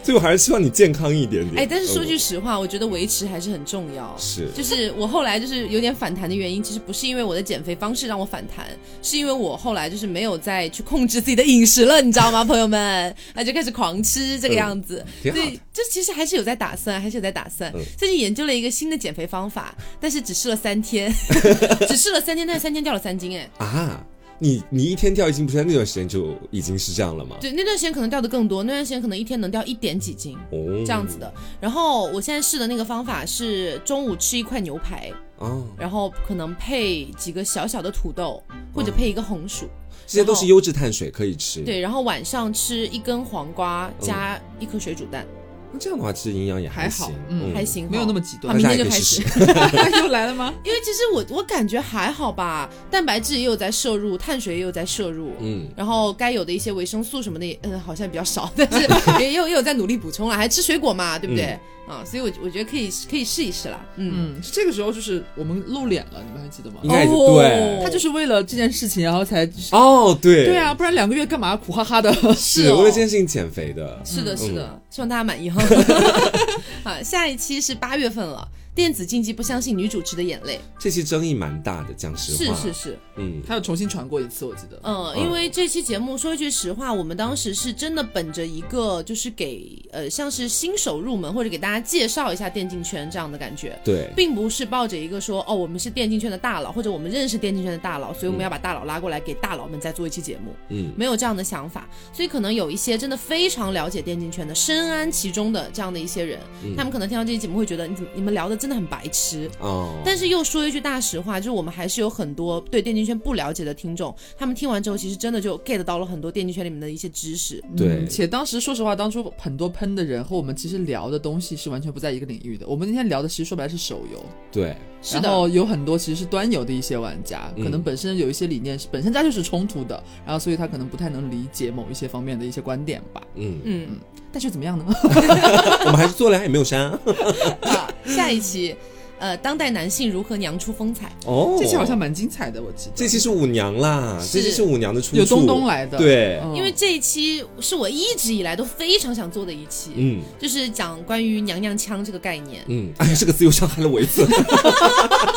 B: 所以我还是希望你健康一点点。
A: 哎，但是说句
B: 嗯
A: 实话，我觉得维持还是很重要。
B: 是
A: 就是我后来就是有点反弹的原因，其实不是因为我的减肥方式让我反弹，是因为我后来就是没有再去控制自己的饮食了，你知道吗，朋友们？ 那就开始狂吃这个样子，
B: 嗯挺好
A: 对，这其实还是有在打算，还是有在打算。最近研究了一个新的减肥方法，但是只试了三天， 只试了三天，但是三天掉了三斤，哎，
B: 的啊，你你一天掉一斤，不是在那段时间就已经是这样了吗？
A: 对，那段时间可能掉的更多，那段时间可能一天能掉一点几斤。
B: 哦，
A: 这样子的，然后我现在试的那个方法是中午吃一块牛排，
B: 啊，
A: 然后可能配几个小小的土豆，或者配一个红薯，
B: 这些都是优质碳水，可以吃。，
A: 对，然后晚上吃一根黄瓜加一颗水煮蛋，
B: 那这样的话其实营养也
C: 还好
B: 行，
C: 嗯
A: 还行，
C: 没有那么。极
A: 好，
C: 端
B: 大，
A: 明
B: 家
A: 天
B: 也
A: 就
B: 可以
A: 开
B: 试
A: 始
B: 试，
C: 又来了吗？
A: 因为其实我我感觉还好吧，蛋白质也有在摄入，碳水也有在摄入，
B: 嗯。
A: 然后该有的一些维生素什么的也，嗯，好像比较少，但是也有也有在努力补充了，啊还吃水果嘛，对不对？啊，所以我我觉得可以可以试一试啦，嗯，
C: 嗯，这个时候就是我们露脸了，你们还记得吗
B: 应？该
A: 哦
B: 对
C: 他就是为了这件事情，然后才
B: 哦，对
C: 对，啊，不然两个月干嘛苦哈哈的？
A: 是
B: 是为了
A: 哦
B: 这件事情减肥的，
A: 是的，是
B: 哦
A: 的，希望大家满意 哈。好，下一期是八月份了，电子竞技不相信女主持的眼泪，
B: 这期争议蛮大的，讲实
A: 是
B: 话，
A: 是是，
B: 嗯，
C: 他又重新传过一次，我记得。
A: 嗯，因为这期节目说一句实话，我们当时是真的本着一个就是给呃像是新手入门或者给大家介绍一下电竞圈这样的感觉。
B: 对，
A: 并不是抱着一个说哦，我们是电竞圈的大佬，或者我们认识电竞圈的大佬，所以我们要把大佬拉过来给大佬们再做一期节目。
B: 嗯，
A: 没有这样的想法，所以可能有一些真的非常了解电竞圈的、深谙其中的这样的一些人，
C: 嗯
A: 他们可能听到这期节目会觉得你怎么你们聊的真的很白痴。
B: 哦，
A: 但是又说一句大实话，就是我们还是有很多对电竞圈不了解的听众，他们听完之后其实真的就 get 到了很多电竞圈里面的一些知识。
B: 对
C: 嗯且当时说实话，当初很多喷的人和我们其实聊的东西是完全不在一个领域的。我们那天聊的其实说白了是手游，
B: 对，
A: 是
C: 然后
A: 的，
C: 有很多其实是端游的一些玩家，
B: 嗯
C: 可能本身有一些理念是本身他就是冲突的，然后所以他可能不太能理解某一些方面的一些观点吧。
B: 嗯，
A: 嗯，
C: 但是怎么样呢？
B: 我们还是做了，也没有删啊，
A: 啊，下一期。呃，当代男性如何娘出风采。
B: 哦，
C: 这期好像蛮精彩的，我记得。
B: 这期是舞娘啦，
A: 是
B: 这期是舞娘的出处，
C: 有东东来的，
B: 对，
C: 嗯
A: 因为这一期是我一直以来都非常想做的一期，
B: 嗯
A: 就是讲关于娘娘腔这个概念。
B: 嗯， 哎呀，这个词又伤害了我一次，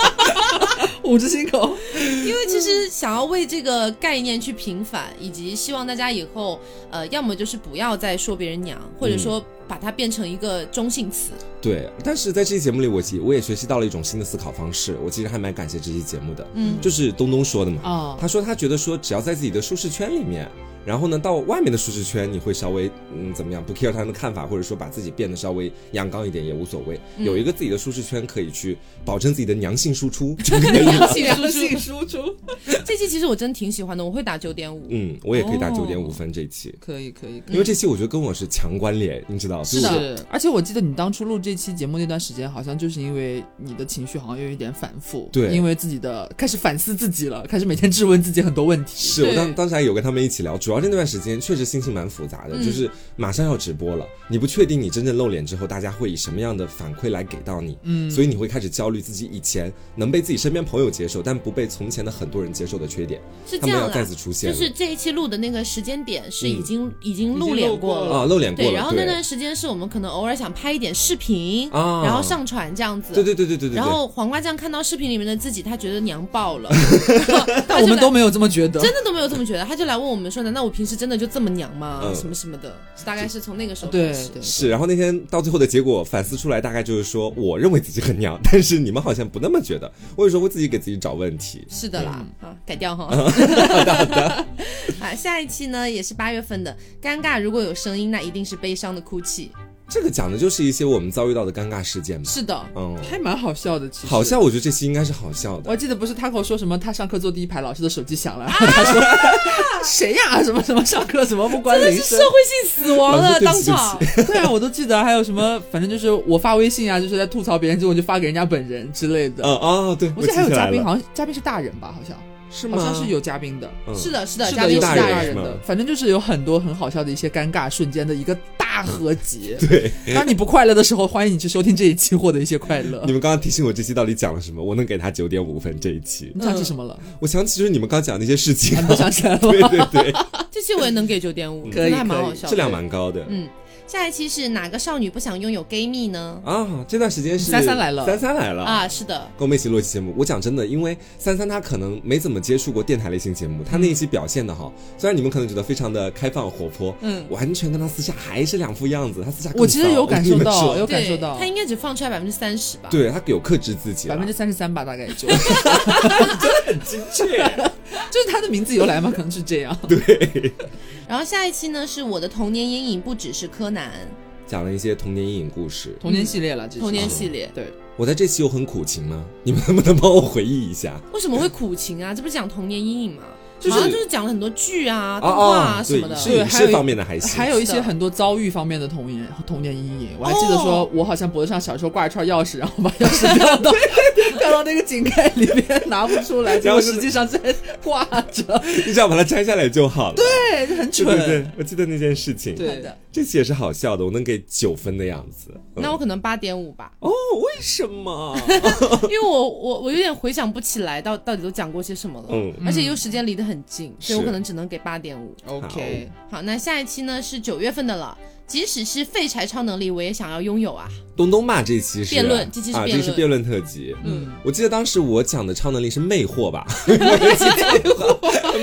C: 五只心口，
A: 因为其实想要为这个概念去平反，以及希望大家以后，呃，要么就是不要再说别人娘，或者说把它变成一个中性词。
B: 对。但是在这期节目里，我其我也学习到了一种新的思考方式，我其实还蛮感谢这期节目的，
A: 嗯，
B: 就是东东说的嘛，
C: 哦
B: 他说他觉得说只要在自己的舒适圈里面，然后呢到外面的舒适圈，你会稍微嗯怎么样不 care 他们的看法，或者说把自己变得稍微阳刚一点也无所谓，
C: 嗯
B: 有一个自己的舒适圈可以去保证自己的娘性输 出，就可以了。
A: 性输出。
C: 输出，
A: 这期其实我真挺喜欢的，我会打九点五。
B: 嗯，我也可以打
C: 哦
B: 九点五分这一期，
C: 可以可以。可以
B: 因为这期我觉得跟我是强关联，你知道，所以
C: 是
B: 我就
C: 的，而且我记得你当初录这期节目那段时间，好像就是因为你的情绪好像有一点反复，
B: 对
C: 因为自己的开始反思自己了，开始每天质问自己很多问题，
B: 是我
A: 对
B: 当当时还有跟他们一起聊，主要是那段时间确实心情蛮复杂的，
A: 嗯
B: 就是马上要直播了，你不确定你真正露脸之后，大家会以什么样的反馈来给到你，嗯，所以你会开始焦虑自己以前能被自己身边朋友接受，但不被从前的很多人接受的缺点，
A: 是
B: 他
A: 这
B: 们
A: 样
B: 要再
A: 的
B: 次，出现
A: 就
B: 了，
A: 是这一期录的那个时间点是已
B: 嗯
A: 经、已经露
C: 已经
A: 脸
C: 露过
A: 过
C: 了
A: 了。
B: 啊，露脸过
A: 对，然
B: 了，
A: 后那
B: 对，
A: 段时间是我们可能偶尔想拍一点视频，
B: 啊
A: 然后上传这样子。
B: 对对对对对对，
A: 然后黄瓜酱看到视频里面的自己，他觉得娘爆 了，
C: 但
A: 但
C: 我们都没有这么觉得。
A: 真的都没有这么觉得，他就来问我们说：“难道我平时真的就这么娘吗？
B: 嗯
A: 什么什么的，大概是从那个时候
C: 对
A: 开始。
C: 对，
B: 是，然后那天到最后的结果反思出来，大概就是说，我认为自己很娘，但是你们好像不那么觉得，我有时候会自己给自己找问题，
A: 是的啦，啊，改掉哈。 啊，下一期呢也是八月份的，尴尬如果有声音，那一定是悲伤的哭泣。
B: 这个讲的就是一些我们遭遇到的尴尬事件嘛，
A: 是的，
B: 嗯，
C: 还蛮好笑的，其实
B: 好。笑，我觉得这期应该是好笑
C: 我
B: 的。
C: 还记得不是 Taco 说什么，他上课坐第一排，老师的手机响
A: 啊
C: 了，然后他说 谁呀、什么什么上课怎么不关
A: 真的
C: 铃
A: 是
C: 声
A: 社？会性死亡
B: 老
A: 了，
B: 师对
A: 当
B: 不起
A: 场。
C: 嗯对啊，我都记得。还有什么，反正就是我发微信啊，就是在吐槽别人，结果就发给人家本人之类的。
B: 嗯哦，对，
C: 我记得还有
B: 记起来
C: 嘉宾，
B: 了
C: 好像嘉宾是大人吧？好像
B: 是
C: 好
B: 吗？
C: 像是有嘉宾的。
B: 嗯，
A: 是的，是的，
C: 是
A: 嘉
C: 的，
A: 宾
C: 有
A: 是
B: 大
A: 大
B: 人
A: 人。
B: 是吗
C: 的，反正就是有很多很好笑的一些尴尬瞬间的一个大 合集。对，当你不快乐的时候，欢迎你去收听这一期，获得一些快乐
B: 你。们刚刚提醒我这期到底讲了什么，我能给他九点五分这一期。
C: 你想起什么了？
B: 我想起就是你们刚讲的那些事情
C: 啊，你，都想起来了
B: 对
C: 吗？
B: 对 对，
A: 这期我也能给九点五，
C: 可
A: 真
C: 以
A: 的还蛮
C: 可以
A: 好笑
B: 质
A: 的。
B: 量蛮高的。
A: 嗯，下一期是哪个少女不想拥有 gay 蜜呢？
B: 啊，这段时间是
C: 三三来了
B: 三三来了
A: 啊，是的，
B: 跟我们一起录一期节目。我讲真的，因为三三他可能没怎么接触过电台类型节目，
C: 嗯
B: 他那一期表现的哈，虽然你们可能觉得非常的开放活泼，
A: 嗯
B: 完全跟他私下还是两副样子。他私下更
C: 我其实
B: 骚
C: 有
B: 我跟
C: 感
B: 你
C: 受
B: 们
C: 到
B: 说
C: 有感
A: 对
C: 受到
A: 他应该只放出来百分之三十吧？
B: 对他有啊克制自己啦，
C: 百分之三十三吧，大概 也就
B: 精确。
C: 就是他的名字由来嘛，可能是这 样。
A: 然后下一期呢是我的童年阴影不只是柯南
B: 讲了一些童年阴影故事。
C: 童年系列了，这是
A: 童年系
B: 哦
A: 列，
C: 对，
B: 我在这期有很苦情吗？你们能不能帮我回忆一下？
A: 为什么会苦情啊？这不是讲童年阴影吗？
B: 就是
A: 好像就是讲了很多剧啊、动画
B: 啊
A: 啊
B: 啊，
A: 什
B: 对
A: 么，的。
B: 是影
C: 还有
B: 视
C: 一
B: 方面的还行。
C: 还有一
A: 是
C: 些
A: 的
C: 很多遭遇方面的童年童年阴影。我还记得
B: 哦
C: 说，我好像脖子上小时候挂着串钥匙，然后把钥匙 掉到掉到那个井盖里面拿不出来，结
B: 然后
C: 果
B: 是
C: 实际上在挂着，
B: 你只要把它摘下来就好了。
C: 对，就很
B: 对
C: 蠢。
B: 对对，我记得那件事情。
C: 对
A: 的
B: 这期也是好笑的，我能给九分的样子。嗯
A: 那我可能八点五吧，
B: 哦，为什么？哦
A: 因为我我我有点回想不起来到到底都讲过些什么了，
B: 嗯
A: 而且又时间离得很近，所以我
B: 是
A: 可能只能给八点五。
C: OK，
A: 好，那下一期呢是九月份的了，即使是废柴超能力，我也想要拥有 啊。
B: 东东嘛，这期是
A: 辩论这期是
B: 啊，
A: 辩
B: 这
A: 论
B: 期是辩论特辑。
C: 嗯，
B: 我记得当时我讲的超能力是魅 惑吧，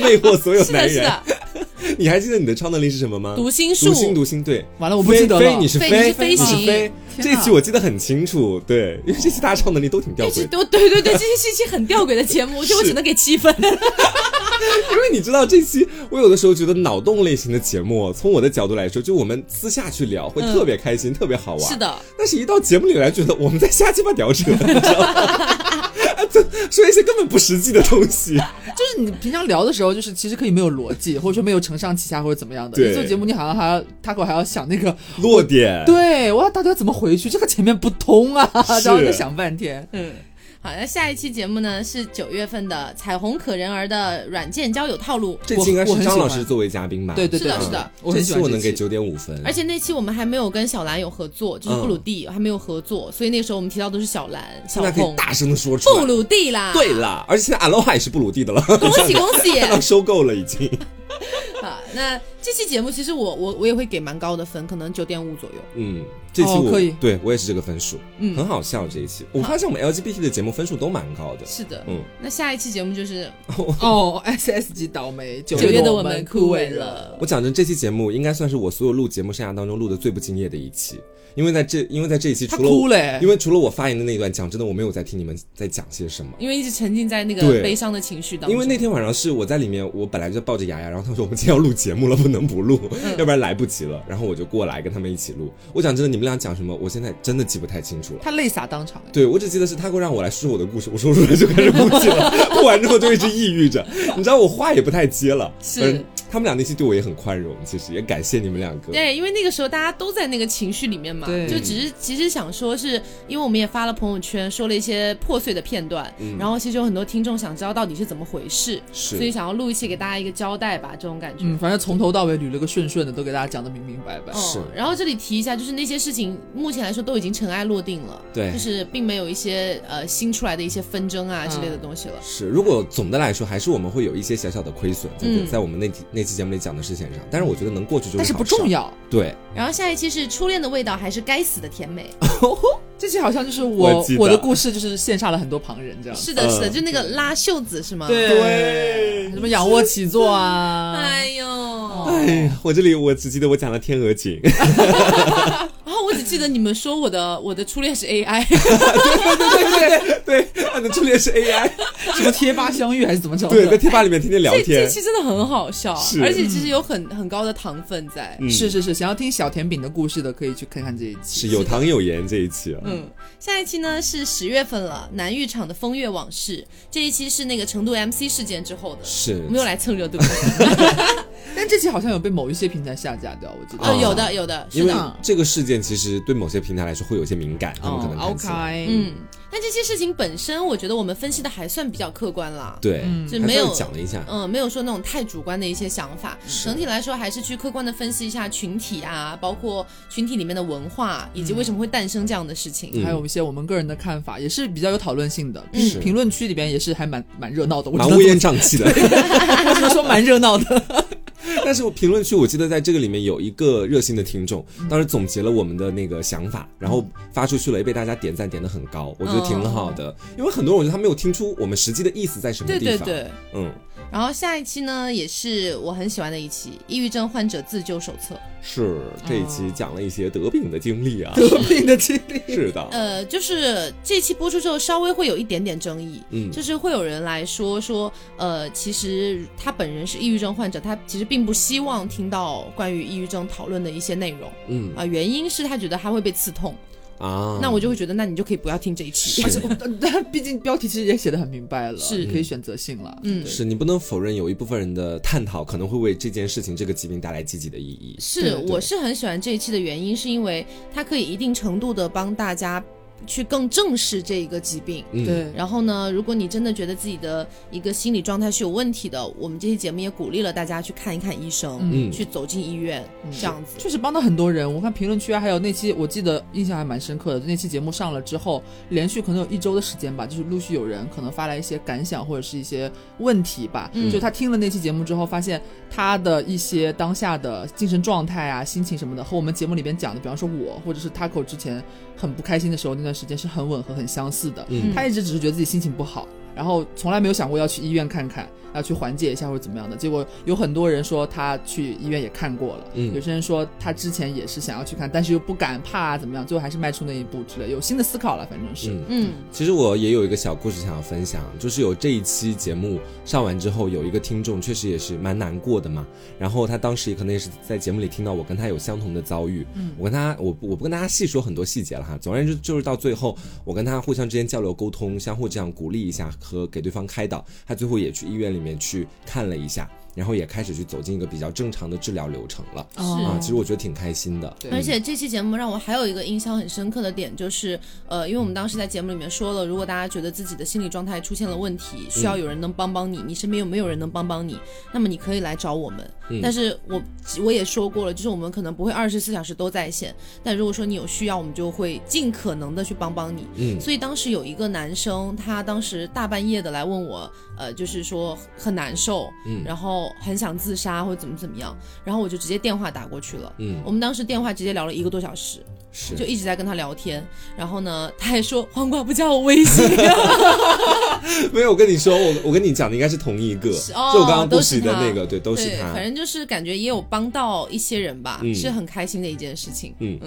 B: 魅惑所有
A: 是
B: 男
A: 的，是
B: 人。
A: 的，
B: 你还记得你的超能力是什么吗？
A: 读心术
B: 读，心，读心，对。
C: 完了我不记得
B: 飞，飞
C: 了
B: 你。是
A: 飞
B: 飞，
A: 你是飞
B: 是
A: 行
B: 飞。这
C: 天哪
B: 期我记得很清楚，对，因为这期大家超能力都挺吊
A: 一
B: 诡
A: 直
B: 的，
A: 都对对对，这些是一期很吊诡的节目， 我觉得我只能给七分。
B: 因为你知道这期我有的时候觉得脑洞类型的节目，从我的角度来说，就我们私下去聊会特别开心，特别好玩。
A: 是。的，
B: 但是，一到节目里来，觉得我们在瞎鸡巴聊扯，你知道吗？ 就说一些根本不实际的东西。
C: 就是你平常聊的时候，就是其实可以没有逻辑，或者说没有承上启下或者怎么样的。
B: 对
C: 你做节目，你好像还要 Taco 还要想那个，
B: 落点。
C: 对我要到底要怎么回去？这个前面不通啊，
B: 是
C: 然后就想半天。
A: 嗯，好，那下一期节目呢是九月份的《彩虹可人儿的软件交友套路》，
B: 这期应该
C: 我
B: 是
C: 很
B: 张
C: 喜
B: 老
C: 欢
B: 师作为嘉宾吧？
C: 对对
A: 是
C: 对，
A: 的是的
C: 我
B: 这
C: 很喜
B: 期
C: 欢
B: 我能给
C: 期
B: 九点五分，
A: 而且那期我们还没有跟小兰有合作，就是布鲁蒂还没有合作，所以那时候我们提到都是小兰、小
B: 现在可
A: 红
B: 以、大声的说出来。
A: 布鲁蒂
C: 啊
A: 啦。
B: 对，啦，而且现在 Aloha 也是布鲁蒂的了，
A: 恭喜恭喜！
B: 看到收购了已经。
A: 啊，那这期节目其实我我我也会给蛮高的分，可能九点五左右。
B: 嗯，这期
C: 哦
B: 我、
C: 可以
B: 对我也是这个分数，
A: 嗯
B: 很好笑这一期。我
A: 好
B: 发现我们 LGBT 的节目分数都蛮高的，
A: 是的，
B: 嗯，
A: 那下一期节目就是
C: 哦，SS 级倒霉，九
A: 九月
C: 月
A: 的
C: 我
A: 们
C: 枯
A: 枯
C: 萎
A: 萎
C: 了。
A: 了。
B: 我讲真，这期节目应该算是我所有录节目生涯当中录的最不敬业的一期，因为在这，因为在这一期
C: 他
B: 除了我
C: 哭了哎
B: 因为除了我发言的那一段，讲真的，我没有在听你们在讲些什
C: 嗯
B: 么。
A: 因为一直沉浸在那
B: 对
A: 个悲伤的情绪当中，
B: 因为那天晚上是我在里面，我本来就抱着牙牙，然后他说我们今天要录节目了，不能不录，
C: 嗯
B: 要不然来不及了。然后我就过来跟他们一起录。我讲真的，你们俩讲什么，我现在真的记不太清楚了。
C: 他泪洒当场哎，
B: 对，我只记得是他会让我来说我的故事，我说出来就开始哭泣了， 哭完之后就一直抑郁着，你知道我话也不太接了。
A: 是
B: 嗯，他们俩那期对我也很宽容，其实也感谢你们两个。
A: 对，因为那个时候大家都在那个情绪里面嘛，
C: 对
A: 就只是其实想说是，因为我们也发了朋友圈，说了一些破碎的片段，然后其实有很多听众想知道到底是怎么回事，
B: 嗯是
A: 所以想要录一期给大家一个交代吧，这种感觉。
C: 嗯，反正从头到尾捋了个顺顺的，都给大家讲的明明白白。
A: 嗯
B: 是
A: 然后这里提一下，就是那些事情目前来说都已经尘埃落定了，
B: 对嗯
A: 就是并没有一些呃新出来的一些纷争啊之类的东西了。
B: 是，如果总的来说，还是我们会有一些小小的亏损，在、
A: 嗯
B: 在我们那期那期节目里讲的事情上，但是我觉得能过去就是
C: 但是不
B: 好事儿
C: 重。要，
B: 对，
A: 然后下一期是初恋的味道还是该死的甜 美？
C: 这期好像就是我
B: 我记得
C: 我的故事，就是羡煞了很多旁人这样。
A: 是的，是的，
B: 嗯
A: 就那个拉袖子是吗？，
B: 对
C: 什么仰卧起坐啊，
A: 哎呦。
B: 哎呀，我这里我只记得我讲了天鹅颈， 对
A: 然后我只记得你们说我的 我的初恋是 AI，
B: 对对啊对，他的初恋 是 AI，
C: 什么贴吧相遇还是怎么着的？
B: 对，在贴吧里面天天聊
A: 这这
B: 天，
A: 期真的很好笑
B: 是，
A: 而且其实有很很高的糖分在。
B: 嗯
C: 是是是，想要听小甜饼的故事的，可以去看看这一
B: 是
C: 期。
B: 有糖有盐这一期啊，
A: 嗯，下一期呢是十月份了，南浴场的风月往事。这一期是那个成都 MC 事件之后的，
B: 是
A: 我们又来蹭热 度。呃、
C: 但这期好像有被某一些平台下架掉，我记得。
B: 哦
A: 啊有的有的，
B: 因
A: 是
B: 为
A: 的，
C: 的
B: 这个事件其实对某些平台来说会有些敏感，他们可能
C: 哦
B: 担心。
C: ，OK，
A: 嗯，但这些事情本身，我觉得我们分析的还算比较客观啦。
B: 对，
A: 就
B: 还
A: 没
B: 算
A: 有
B: 讲了一下，
A: 嗯，没有说那种太主观的一些想法，整体来说还是去客观的分析一下群体啊，包括群体里面的文化，以及为什么会诞生这样的事情。
B: 嗯
C: 还有一些我们个人的看法，也是比较有讨论性
A: 嗯
C: 的。
B: 是
C: 评论区里边也是还蛮蛮热闹的，我
B: 蛮
C: 只能
B: 乌烟瘴气的。
C: 我只能说蛮热闹的。
B: 但是我评论区我记得在这个里面有一个热心的听众，当时总结了我们的那个想法，然后发出去了，也被大家点赞点的很高，我觉得挺好的。因为很多人我觉得他没有听出我们实际的意思在什么
A: 对
B: 地
A: 对
B: 方。
A: 对。
B: 嗯，
A: 然后下一期呢，也是我很喜欢的一期《抑郁症患者自救手册》。
C: 哦
B: 是这一期讲了一些得病的经历啊，
C: 得病的经历，
B: 是的，
A: 呃，就是这期播出之后，稍微会有一点点争议，
B: 嗯
A: 就是会有人来说说，呃，其实他本人是抑郁症患者，他其实并不希望听到关于抑郁症讨论的一些内容。
B: 嗯
A: 啊、原因是他觉得他会被刺痛，
C: 嗯
B: 啊，
A: 那我就会觉得，那你就可以不要听这一期。
B: 是
C: 而且我但毕竟标题其实也写的很明白了，
A: 是
C: 可以选择性了。
A: 嗯
B: 是你不能否认有一部分人的探讨可能会为这件事情、这个疾病带来积极的意义。
A: 是
C: 对，对
A: 我是很喜欢这一期的原因，是因为它可以一定程度的帮大家去更正视这一个疾病。
B: 嗯，
C: 对，
A: 然后呢，如果你真的觉得自己的一个心理状态是有问题的，我们这期节目也鼓励了大家去看一看医生，
B: 嗯
A: 去走进医院，这样子。
C: 确实帮到很多人。我看评论区啊，还有那期我记得印象还蛮深刻的，那期节目上了之后，连续可能有一周的时间吧，就是陆续有人可能发来一些感想或者是一些问题吧。
A: 嗯
C: 就他听了那期节目之后，发现他的一些当下的精神状态啊、心情什么的，和我们节目里边讲的，比方说我或者是 Taco 之前很不开心的时候那段时间是很吻合、很相似的。
B: 嗯
C: 他一直只是觉得自己心情不好，然后从来没有想过要去医院看看，要去缓解一下或者怎么样的。结果有很多人说他去医院也看过了，
B: 嗯
C: 有些人说他之前也是想要去看，但是又不敢怕啊怎么样，最后还是迈出那一步之类，有新的思考了，反正是。
B: 嗯
A: 嗯，
B: 其实我也有一个小故事想要分享，就是有这一期节目上完之后，有一个听众确实也是蛮难过的嘛。然后他当时也可能也是在节目里听到我跟他有相同的遭遇，嗯，我跟他我不我不跟大家细说很多细节了哈。总而言之，就是到最后我跟他互相之间交流沟通，相互这样鼓励一下和给对方开导，他最后也去医院里面去看了一下。然后也开始去走进一个比较正常的治疗流程了。
C: 哦
A: 是
B: 啊，其实我觉得挺开心的。
C: 嗯对
A: 而且这期节目让我还有一个印象很深刻的点，就是呃，因为我们当时在节目里面说了，如果大家觉得自己的心理状态出现了问题，需要有人能帮帮你，你身边有没有人能帮帮你，那么你可以来找我们。但是我我也说过了，就是我们可能不会二十四小时都在线，但如果说你有需要，我们就会尽可能的去帮帮你。
B: 嗯
A: 所以当时有一个男生，他当时大半夜的来问我，呃，就是说很难受，然后很想自杀或者怎么怎么样，然后我就直接电话打过去了。
B: 嗯，
A: 我们当时电话直接聊了一个多小时，
B: 是
A: 就一直在跟他聊天。然后呢， 他还说黄瓜不加我微信，
B: 没有。我跟你说，我我跟你讲的应该是同一个，
A: 是哦
B: 就我刚刚故事的那
A: 都
B: 个，对，都是
A: 对，
B: 他
A: 反。正就是感觉也有帮到一些人吧，是很开心的一件事情。
B: 嗯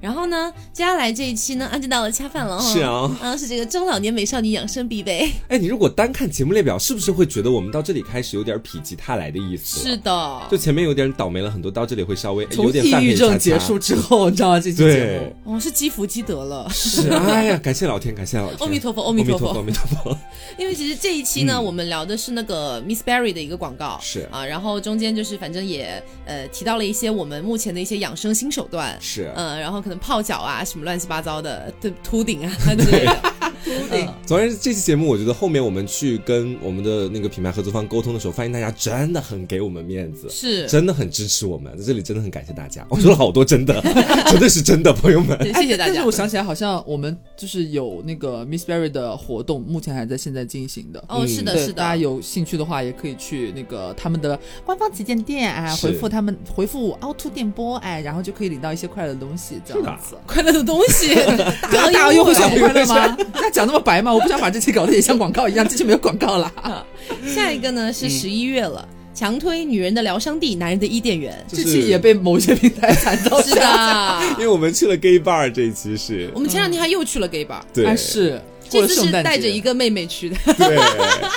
A: 然后呢，接下来这一期呢，啊，就到了恰饭了哈。
B: 是。啊，
A: 啊，是这个中老年美少女养生必 备。
B: 哎，你如果单看节目列表，是不是会觉得我们到这里开始有点否极泰来的意思了？
A: 是的
B: 啊就，前面有点倒霉了很多，到这里会稍微
C: 从
B: 有点
C: 抑
B: 犯
C: 郁
B: 给
C: 症
B: 恰恰
C: 结束。之后，你知道吗？这期节
B: 对
C: 目，，
A: 哦，是积福积德了。
B: 是哎呀，感谢老天，感谢老天，
A: 阿弥陀佛，
B: 阿
A: 阿弥陀
B: 佛，
A: 佛
B: 阿。弥陀佛，
A: 因为其实这一期呢，我们聊的是那个 Miss Berry 的一个广告，
B: 是
A: 啊，然后中间就是反正也呃提到了一些我们目前的一些养生新手段，
B: 是。啊
A: 嗯，然后可能泡脚啊什么乱七八糟的，对，秃顶啊之类的，秃顶，
B: 总而言之，这期节目我觉得后面我们去跟我们的那个品牌合作方沟通的时候，发现大家真的很给我们面子，
A: 是，
B: 真的很支持我们，在这里真的很感谢大家。我说了好多 真的，真的是真的，朋友们。
A: 对，谢谢大
C: 哎但是
A: 家
C: 我。想起来，好像我们就是有那个 Miss Berry 的活动，目前还在现在进行的。
A: 哦，是的，
C: 嗯对
A: 是
C: 大家
A: 的，
C: 有兴趣的话，也可以去那个他们的官方旗舰店哎，
B: 是
C: 回复他们回复凹凸电波哎，然后就可以领到一些快乐的东西，这样子。
A: 快乐的东西，
C: 大
A: 家
C: 家又会
A: 想
C: 想不快乐吗？ 那讲那么白吗？我不想把这期搞得也像广告一样，这期没有广告啦。
A: 下一个呢
C: 嗯
A: 是十一月了，强推女人的疗伤地，男人的伊甸园，
B: 就是
C: 这期也被某些平台惨 到
A: 是的
B: 因。为我们去了 gay bar 这一期是
A: 我，们前两天还又去了 gay bar，
B: 对，
C: 啊是，
A: 这次
C: 或者
A: 是
C: 圣诞节
A: 带着一个妹妹去的，
B: 对，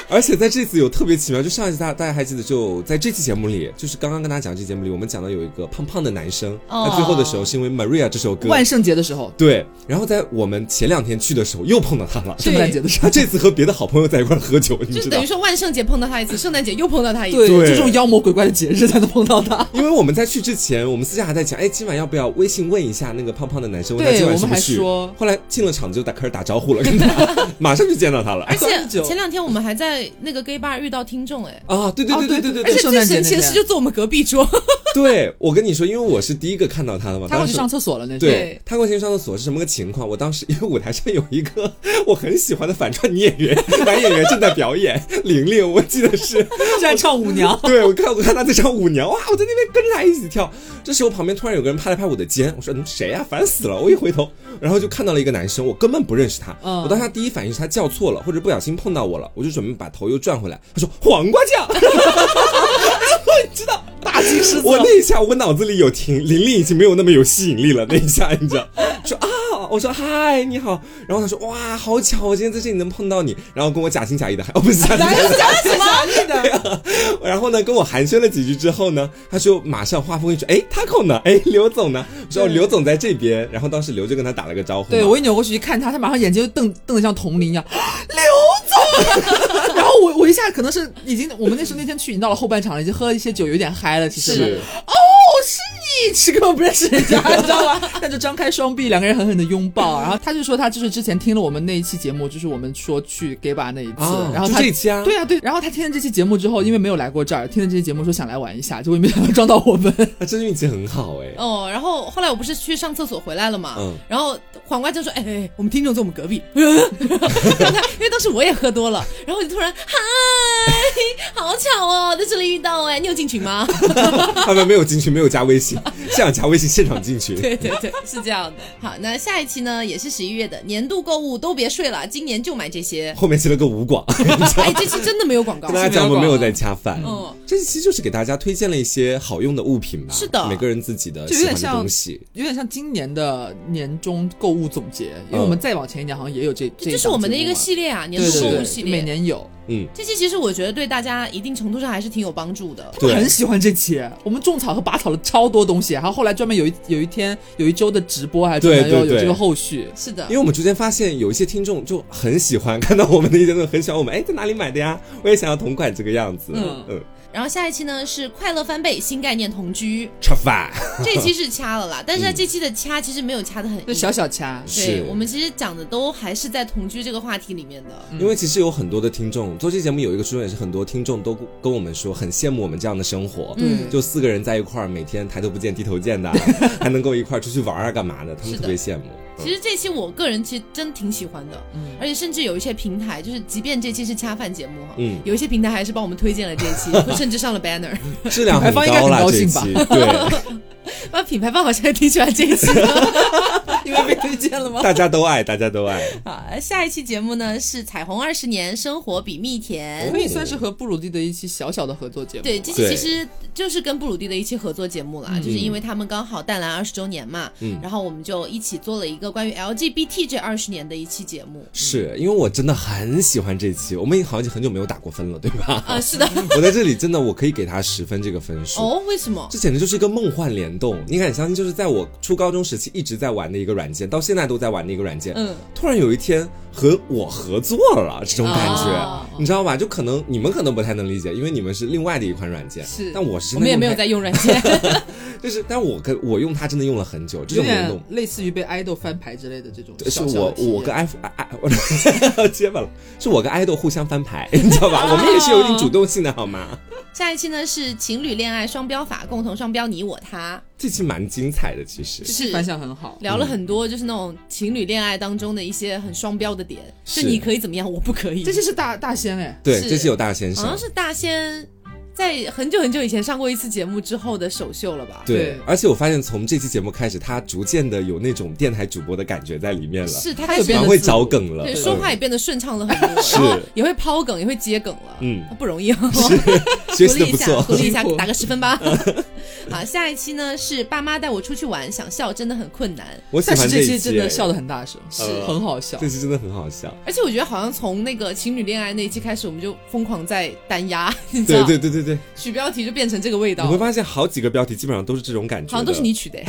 B: 而且在这次有特别奇妙，就上一次大大家还记得，就在这期节目里，就是刚刚跟大家讲这期节目里，我们讲到有一个胖胖的男生，
A: 哦
B: 在最后的时候是因为 Maria 这首歌，
C: 万圣节的时候，
B: 对，然后在我们前两天去的时候又碰到他了，
A: 对
C: 圣诞节的时候
B: 他。这次和别的好朋友在一块儿喝酒，你
A: 就是
B: 知
A: 等
B: 道
A: 于。说万圣节碰到他一次，圣诞节又碰到他一次。
C: 对，
B: 对
C: 就这种妖魔鬼怪的节日才能碰到他。
B: 因为我们在去之前，我们私下还在讲，哎，今晚要不要微信问一下那个胖胖的男生，问他
C: 对
B: 今晚
C: 我
B: 是
C: 们
B: 不
C: 还
B: 是？
C: 说
B: 后来进了场就打开始打招呼了，跟他马上就见到他了。
A: 而且
C: 29
A: 前两天我们还在那个 gay bar 遇到听众哎，
B: 啊，对对
C: 哦
B: 对
C: 对
B: 对对
C: 对
A: 而
B: 对
A: 且
C: 圣
A: 最
C: 诞节
A: 神
C: 那
A: 奇的
C: 天
A: 是，就坐我们隔壁桌，
B: 对，我跟你说，因为我是第一个看到他的嘛，
C: 他会
B: 当
C: 去
B: 时
C: 上厕所了那时候。
B: 对，他过先上厕所是什么个情况？我当时因为舞台上有一个我很喜欢的反串女演员，男演员正在表演，玲玲，我记得 是，。
C: 居然唱舞娘
B: 对我看我看她在唱舞娘，哇，我在那边跟着她一起跳。这时候旁边突然有个人拍了拍我的肩，我说嗯谁呀、烦死了！我一回 头，然后就看到了一个男生，我根本不认识他。
C: 嗯
B: 我当下第一反应是他叫错了，或者不小心碰到我了，我就准备把头又转回来。他说黄瓜酱，
C: 大惊失
B: 我那一下，我脑子里有停，玲玲已经没有那么有吸引力了。那一下，你知道，说啊，我说嗨，你好，然后他说哇，好巧，我今天在这里能碰到你，然后跟我假情假意的，哦，不是假情 假意的，
C: 讲什么？的，
B: 然后呢，跟我寒暄了几句之后呢，他就马上话锋一转，哎，Taco 呢？哎，刘总呢？我说哦刘总在这边，然后当时刘就跟他打了个招呼嘛，
C: 对我一扭过去一看他，他马上眼睛就瞪瞪得像铜铃一样， 刘总。 然后我我一下可能是已经，我们那时候那天去已经到了后半场了，已经喝了一些酒，有点嗨了，其实。
B: 是。
C: 哦，是你，其实根本不认识人家，你知道 吗？那就张开双臂，两个人狠狠的拥抱。然后他就说，他就是之前听了我们那一期节目，就是我们说去 gay bar 那一次，
B: 啊
C: 然后
B: 就
C: 他
B: 这一期啊
C: 对啊对。然后他听了这期节目之后，因为没有来过这儿，听了这期节目说想来玩一下，结果也没想到撞到我们。
B: 他真运气很好哎、
A: 哦，然后后来我不是去上厕所回来了嘛，
B: 嗯
A: 然后黄瓜就说，哎哎，哎我们听众坐我们隔壁， 然后他因为当时我也喝多了，然后我就突然嗨，好巧哦，在这里遇到哎，你有进群吗？
B: 他们没有进群，没有加微信，现场加微信，现场进群。
A: 对对对，是这样的。好，那下一期呢也是十一月的年度购物，都别睡了，今年就买这 些。
B: 后面接了个武广，
A: 哎，这期真的没有广告
B: 跟，大家讲，我们没有在恰饭。
A: 嗯
B: 这期就是给大家推荐了一些好用的物品吧。
A: 是的
B: 每个人自己的
C: 就有
B: 喜
C: 点
B: 欢的
C: 像
B: 东西。
C: 有点像今年的年终购物总结，因为
B: 嗯
C: 我们再往前一点好像也有这，这
A: 这是我们的
C: 档
A: 一
C: 节目
A: 个
C: 嘛
A: 系列啊，年
C: 对
A: 度
C: 对
A: 购
C: 对
A: 物系列。
C: 每年有。
B: 嗯，
A: 这期其实我觉得对大家一定程度上还是挺有帮助 的。
C: 我
B: 对
C: 很喜欢这期，我们种草和拔草了超多东西，然后后来专门有一有一天有一周的直播，还专门
B: 对
C: 要
B: 对
C: 有这
B: 对
C: 个后续。
A: 是的
B: 因，为我们逐渐发现有一些听众就很喜欢看到我们的意见，都很喜欢我们，哎，在哪里买的呀？我也想要同款这个样子。
C: 嗯
B: 嗯嗯，
A: 然后下一期呢是快乐翻倍新概念同居，
B: 吃饭
A: 这期是掐了啦，但是它这期的掐其实没有掐的很
C: 就
A: 硬。
C: 嗯小 小掐，
A: 对
B: 是
A: 我们其实讲的都还是在同居这个话题里面
C: 嗯
A: 的，
B: 因为其实有很多的听众做这节目有一个初衷，也是很多听众都跟我们说很羡慕我们这样的生活，
C: 嗯
B: 就四个人在一块儿，每天抬头不见低头见的，还能够一块儿出去玩儿啊干嘛的，他们
A: 是的
B: 特别羡慕。嗯
A: 其实这期我个人其实真挺喜欢的，
C: 嗯
A: 而且甚至有一些平台，就是即便这期是恰饭节目哈，
B: 嗯
A: 有一些平台还是帮我们推荐了这一 期，甚至上了 banner。
B: 质量很
C: 品牌方应该
B: 高
C: 很
B: 啦，
C: 高
B: 这一
C: 兴吧
B: 期对
A: 那品牌方好像也挺喜欢这一 期的。
C: 因为被推荐了吗？
B: 大家都爱，大家都爱。
A: 好，下一期节目呢是《彩虹二十年，生活比蜜甜》。
C: 可以算是和布鲁蒂的一期小小的合作节目。
A: 对，这期其实就是跟布鲁蒂的一期合作节目啦，就是因为他们刚好淡蓝二十周年嘛，
B: 嗯
A: 然后我们就一起做了一个关于 LGBT 这二十年的一期节目。
B: 是因为我真的很喜欢这期，我们好像已经很久没有打过分了，对 吧？
A: 啊，是的，
B: 我在这里真的我可以给他十分这个分数。
A: 哦，为什么？
B: 这简直就是一个梦幻联动，你敢相信？就是在我初高中时期一直在玩的一个软件，到现在都在玩的一个软件，
A: 嗯，
B: 突然有一天和我合作了，这种感觉，
A: 哦
B: 你知道吧？就可能你们可能不太能理解，因为你们是另外的一款软件，
C: 是
B: 但我是
A: 我们也没有
B: 真的
A: 在用软件，
B: 用它，就是，但我跟我用它真的用了很久，这
C: 有
B: 种联动
C: 点。类似于被爱豆翻牌之类的这种
B: 对是
C: 小小的
B: 我
C: 体验
B: 我跟 i 爱爱我 结巴了，是我跟爱豆互相翻牌，你知道吧？我们也是有一定主动性的好吗？
A: 下一期呢是情侣恋爱双标法，共同双标你我他，
B: 这期蛮精彩的，其实
A: 就
C: 反
A: 是
C: 响很好。
A: 聊了很多就是那种情侣恋爱当中的一些很双标的点，
B: 是
A: 是你可以怎么样，我不可以。
C: 这就是大大仙哎，
B: 对，
A: 是
B: 这期有大先
A: 好
B: 生
A: 像，是大仙在很久很久以前上过一次节目之后的首秀了吧？
B: 对
C: 对，
B: 而且我发现从这期节目开始，他逐渐的有那种电台主播的感觉在里面了，
A: 是他
C: 他
A: 开
C: 有
A: 始
C: 变
B: 蛮
C: 得
B: 会
C: 自
B: 找梗了，
A: 对，
B: 嗯
A: 说话也变得顺畅了很 多，然后也会抛梗，也会接梗了，
B: 嗯，
A: 不容易哦。
B: 学
A: 鼓
B: 习的
A: 励一
B: 不
A: 下，
B: 错
A: 鼓。励一下
C: 辛，苦
A: 打个十分 吧。好，下一期呢是爸妈带我出去玩，想笑真的很困难。
B: 我喜
C: 但是
B: 欢
C: 这
B: 一期
C: 期真的笑
B: 的，
C: 得很大声，
B: 是
C: 很好笑
B: 这。期真的很好笑。
A: 而且我觉得好像从那个情侣恋爱那一期开始，我们就疯狂在单压， 你知
B: 对
A: 道，
B: 对对对对，
A: 取标题就变成这个味道
B: 你，会发现好几个标题基本上都是这种感觉的，
A: 好像都是你取 的，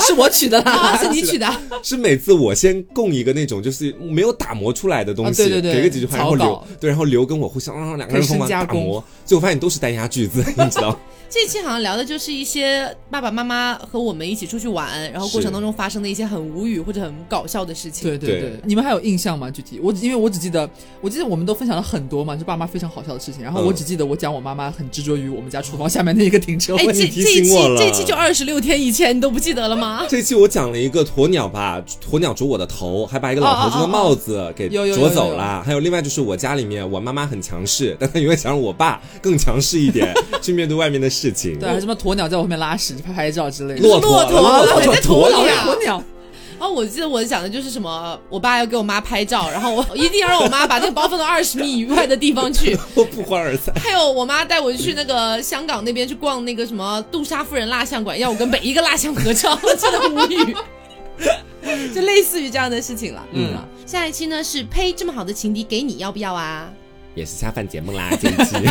C: 是我取的啦，
A: 啊，是你取的，
B: 是每次我先供一个那种就是没有打磨出来的东西，
C: 啊对对对
B: 给个几句话，然后
C: 草稿
B: 刘对，然后刘跟我互相啊两个
C: 可以
B: 人
C: 深
B: 疯狂
C: 加
B: 打
C: 工
B: 磨，结果发现都是单押句子， 你知道？
A: 这期好像聊的就是一些爸爸妈妈和我们一起出去玩，然后过程当中发生的一些很无语或者很搞笑的事情。
C: 对
B: 对
C: 对对，你们还有印象吗？具体我只因为我只记得，我记得我们都分享了很多嘛，就爸妈非常好笑的事情。然后
B: 嗯
C: 我只记得我讲我妈妈很执着于我们家厨房下面那一个停车
A: 哎，
C: 位。
A: 这
B: 你提
A: 这一
B: 醒
A: 期
B: 我了
A: 这一期就二十六天以前，你都不记得了吗？
B: 这期我讲了一个鸵鸟吧，鸵鸟啄我的头，还把一个老头子的帽子给
C: 有有有
B: 啄走了。还有另外就是我家里面，我妈妈很强势，但她永远想让我爸更强势一点 去面对外面的事情。
C: 对，还有什么鸵鸟在我后面拉屎拍拍照之类的。
B: 骆
A: 骆
B: 驼，骆
A: 驼
B: 驼
A: 在
B: 鸵
A: 鸵
B: 鸟
A: 鸟。
C: 鸵鸟，
A: 哦，我记得我讲的就是什么，我爸要给我妈拍照，然后我 一定要让我妈把那个包放到二十米以外的地方去。
B: 我不欢而散。
A: 还有我妈带我去那个香港那边去逛那个什么杜莎夫人蜡像馆，要我跟每一个蜡像合照， 真的无语。就类似于这样的事情了。
B: 嗯，
A: 下一期呢是呸，这么好的情敌给你要不要啊？
B: 也是下饭节目啦，这一期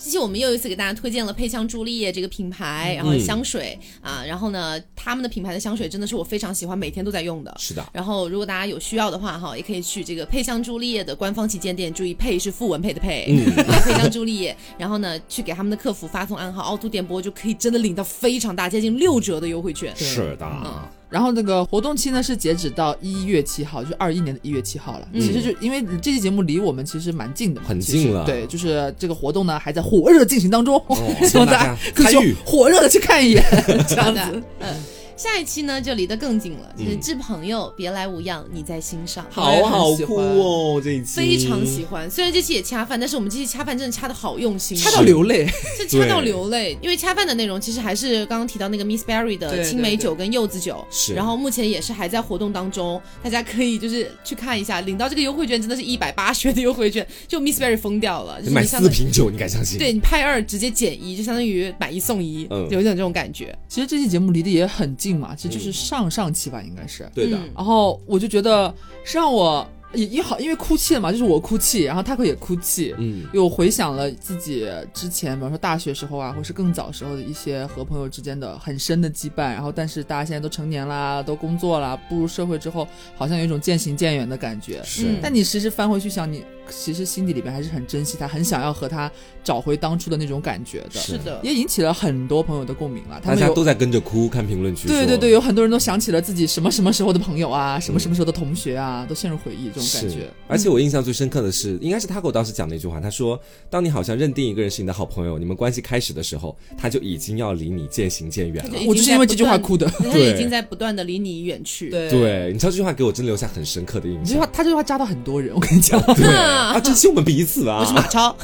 A: 这期我们又一次给大家推荐了配香朱丽叶这个品牌，然后香水、啊，然后呢，他们的品牌的香水真的是我非常喜欢，每天都在用的。
B: 是的。
A: 然后，如果大家有需要的话，哈，也可以去这个配香朱丽叶的官方旗舰店，注意“配”是傅文佩的“配”，
C: 嗯
A: 配香朱丽叶。然后呢，去给他们的客服发送暗号“凹凸电波”，就可以真的领到非常大，接近六折的优惠券。
B: 是的，
A: 嗯
C: 然后那个活动期呢是截止到一月七号，就是二一年的一月七号了。其实就因为这期节目离我们其实蛮近的嘛，
B: 嗯很
C: 其
B: 近
C: 实
B: 了哦
C: 对，就是这个活动呢还在火热进行当中， 希望
B: 希望大
C: 大
B: 家
C: 家可以
B: 参与
C: 火热的去看一眼，这
A: 好
C: 样
A: 的
C: 子。，
A: 嗯。下一期呢就离得更近了，
C: 嗯
A: 就是致朋友，别来无恙，你在心上。
C: 我也
B: 好
C: 很
B: 好
C: 喜
B: 哭
C: 欢
B: 哦，这一期
A: 非常喜欢，虽然这期也掐饭，但是我们这期掐饭真的掐的好用心，啊
C: 掐到流泪，
A: 是掐到流泪。因为掐饭的内容其实还是刚刚提到那个 Miss Berry 的
C: 对
A: 青梅酒跟柚子酒，
B: 是
A: 然后目前也是还在活动当中，大家可以就是去看一下，领到这个优惠券真的是一百八十元的优惠券，就 Miss Berry 疯掉了，就是
B: 买
A: 你相
B: 四
A: 当于
B: 瓶酒，你敢相信？
A: 对你拍二直接减一，就相当于买一送一，
B: 嗯
A: 有一种这种感觉。
C: 其实这期节目离得也很近嘛，其实就是上上期吧，应该是。
B: 对的，
A: 嗯
C: 然后我就觉得是让我也也好，因为哭泣了嘛，就是我哭泣，然后 Taco 也哭泣，
B: 嗯
C: 又回想了自己之前，比方说大学时候啊，或是更早时候的一些和朋友之间的很深的羁绊，然后但是大家现在都成年啦，都工作啦，步入社会之后，好像有一种渐行渐远的感觉。
B: 是
A: 嗯
C: 但你时时翻回去想，你其实心底里边还是很珍惜他，很想要和他找回当初的那种感觉的，
B: 是
A: 是的，
C: 也引起了很多朋友的共鸣了。
B: 大
C: 他们
B: 家
C: 有
B: 都在跟着哭，看评论区说
C: 对对对，有很多人都想起了自己什么什么时候的朋友啊，什么什么时候的同学啊，都陷入回忆这种感
B: 是
C: 觉。嗯
B: 而且我印象最深刻的是，应该是他给我当时讲那句话，他说：“当你好像认定一个人是你的好朋友，你们关系开始的时候，他就已经要离你渐行渐远
A: 他
B: 了
A: 就。已经
C: 我就是因为这句话
A: 在不
C: 哭的。
A: 断，他
B: 对
A: 已经在不断的离你远去。，
C: 对”
B: 对，你知道这句话给我真留下很深刻的印
C: 你这句
B: 象
C: 话。他这句话扎到很多人，我跟你讲，
B: 对啊，珍惜我们彼此啊
A: 我！是马超。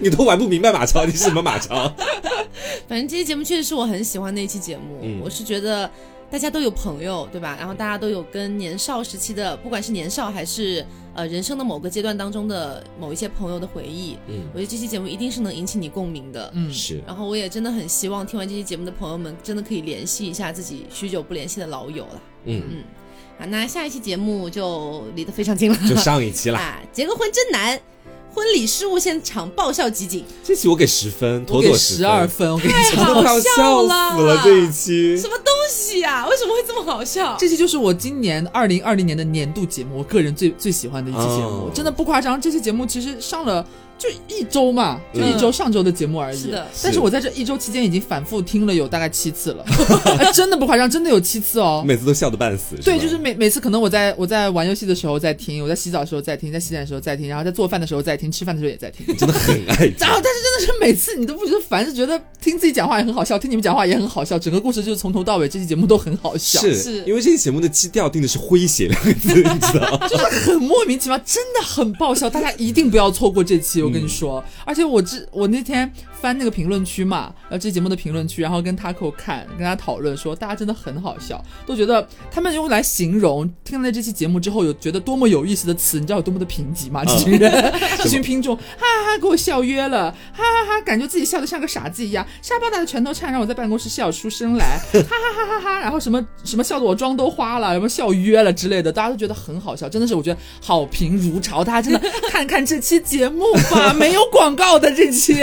B: 你都玩不明白马超，你是什么马超？
A: 反正这期节目确实是我很喜欢的一期节目，
B: 嗯
A: 我是觉得大家都有朋友，对吧？然后大家都有跟年少时期的，不管是年少还是呃人生的某个阶段当中的某一些朋友的回忆，
B: 嗯
A: 我觉得这期节目一定是能引起你共鸣的。
C: 嗯，
B: 是，
A: 然后我也真的很希望听完这期节目的朋友们，真的可以联系一下自己许久不联系的老友了。
B: 嗯，
A: 啊，那下一期节目就离得非常近 了，
B: 就上一期啦。
A: 啊，结个婚真难，婚礼事务现场爆笑集锦，
B: 这期我给十分，
C: 嗯我
B: 妥
C: 给
B: 妥
C: 十
B: 分
C: 二，分，我跟你
A: 太
C: 讲，
B: 我都快要
A: 好
B: 笑
A: 笑了
B: 死了这一期
A: 什。么东西呀、啊为什么会这么好笑？
C: 这期就是我今年二零二零年的年度节目，我个人最最喜欢的一期节目，
B: 哦
C: 真的不夸张。这期节目其实上了就一周嘛，就一周上周的节目而已。
A: 是的
C: 但是我在这一周期间已经反复听了有大概七次了， 哎真的不夸张，真的有七次哦。
B: 每次都笑得半死，
C: 对，
B: 吧
C: 就是每每次可能我在我在玩游戏的时候在听，我在洗澡的时候在听，在洗脸的时候在听，然后在做饭的时候在听，吃饭的时候也在听。
B: 真的 很啊爱
C: 然后
B: 讲，，
C: 但是真的是每次你都不觉得烦，是觉得听自己讲话也很好笑，听你们讲话也很好笑，整个故事就是从头到尾，这期节目都很好笑，
B: 是
A: 是
B: 因为这期节目的基调定的是诙谐两个字，你知道吗？
C: 就是很莫名其妙，真的很爆笑，大家一定不要错过这期，我跟你说。而且我之我那天翻那个评论区嘛，然后这节目的评论区，然后跟 Taco 看，跟他讨论说，大家真的很好笑，都觉得他们用来形容听了这期节目之后有觉得多么有意思的词，你知道有多么的贫瘠吗？这 群人，这群听众，哈哈哈，给我笑约了，哈哈哈，感觉自己笑得像个傻子一样，沙包大的拳头颤，让我在办公室笑出声来，哈哈哈哈哈，然后什么什么笑得我妆都花了，什么笑约了之类的，大家都觉得很好笑，真的是我觉得好评如潮，大家真的看看这期节目吧，没有广告的这期，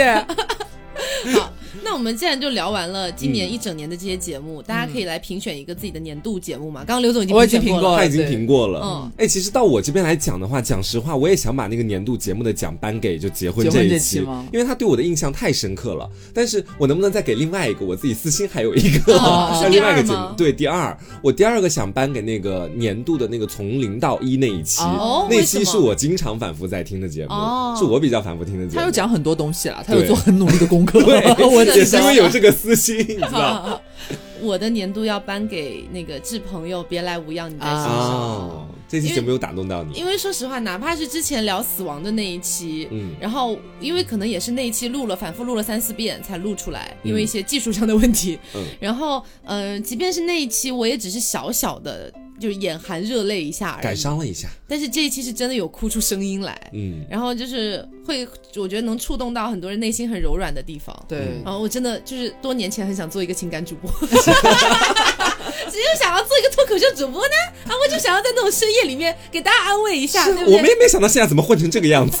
A: 好，那我们既然就聊完了今年一整年的这些节目，大家可以来评选一个自己的年度节目嘛。刚刚刘总已经
C: 我已经
A: 评选
C: 评过
A: 了，
B: 他嗯
C: 了
B: 已经评过了。嗯
A: 嗯，
B: 哎，其实到我这边来讲的话，讲实话，我也想把那个年度节目的奖颁给就结婚
C: 结
B: 这
C: 婚
B: 一
C: 这
B: 期，
C: 期吗
B: 因为他对我的印象太深刻了。但是我能不能再给另外一个我自己私心还有一个，
A: 哦
B: 像
A: 是
B: 另外一个
A: 第
B: 节
A: 二
B: 目
A: 吗，
B: 对，第二，我第二个想颁给那个年度的那个从零到一那一期，
C: 哦
B: 那
A: 为什
B: 期
A: 么
B: 是我经常反复在听的节目，
A: 哦
B: 是我比较反复听的节目。
C: 他有讲很多东西啦，他有
B: 对
C: 做很努力的功课，
B: 对，
C: 我
B: 也是
C: 知道
B: 因为有这个私心，你知道。
A: 啊 我的年度要颁给那个致朋友，别来无恙你在心上。
B: 哦，这期节目有打动到你，
A: 因为说实话，哪怕是之前聊死亡的那一期，
B: 嗯
A: 然后因为可能也是那一期录了，反复录了三四遍才录出来，
B: 嗯
A: 因为一些技术上的问题。
B: 嗯
A: 然后，嗯、即便是那一期，我也只是小小的，就是眼含热泪一下而
B: 感
A: 已。
B: 伤了一下，
A: 但是这一期是真的有哭出声音来，
B: 嗯，
A: 然后就是会，我觉得能触动到很多人内心很柔软的地方。
C: 对
A: 然。哦后我真的就是多年前很想做一个情感主 播，只是想要做一个脱口秀主播呢，啊，我就想要在那种深夜里面给大家安慰一下，
B: 是
A: 对不
B: 我们
A: 对？
B: 也没想到现在怎么混成这个样子。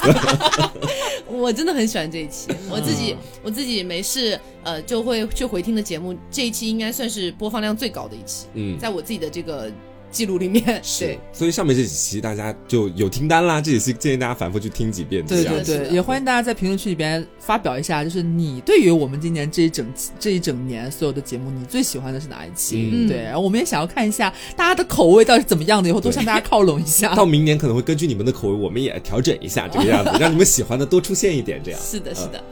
A: 我真的很喜欢这一期，
B: 嗯
A: 我自己我自己没事呃就会去回听的节目，这一期应该算是播放量最高的一期，
B: 嗯，
A: 在我自己的这个记录里面，
B: 是
A: 对，，
B: 所以上面这几期大家就有听单啦，这几期建议大家反复去听几遍，
C: 对
B: 这
C: 对
B: 样子
C: 对，
A: 的
C: 也欢迎大家在评论区里边发表一下，就是你对于我们今年这一整这一整年所有的节目，你最喜欢的是哪一期？
B: 嗯
C: 对，然后我们也想要看一下大家的口味到底是怎么样的，以后多向大家靠拢一下。
B: 到明年可能会根据你们的口味，我们也调整一下这个 样子，让你们喜欢的多出现一点，这样。
A: 是的，
B: 嗯
A: 是的。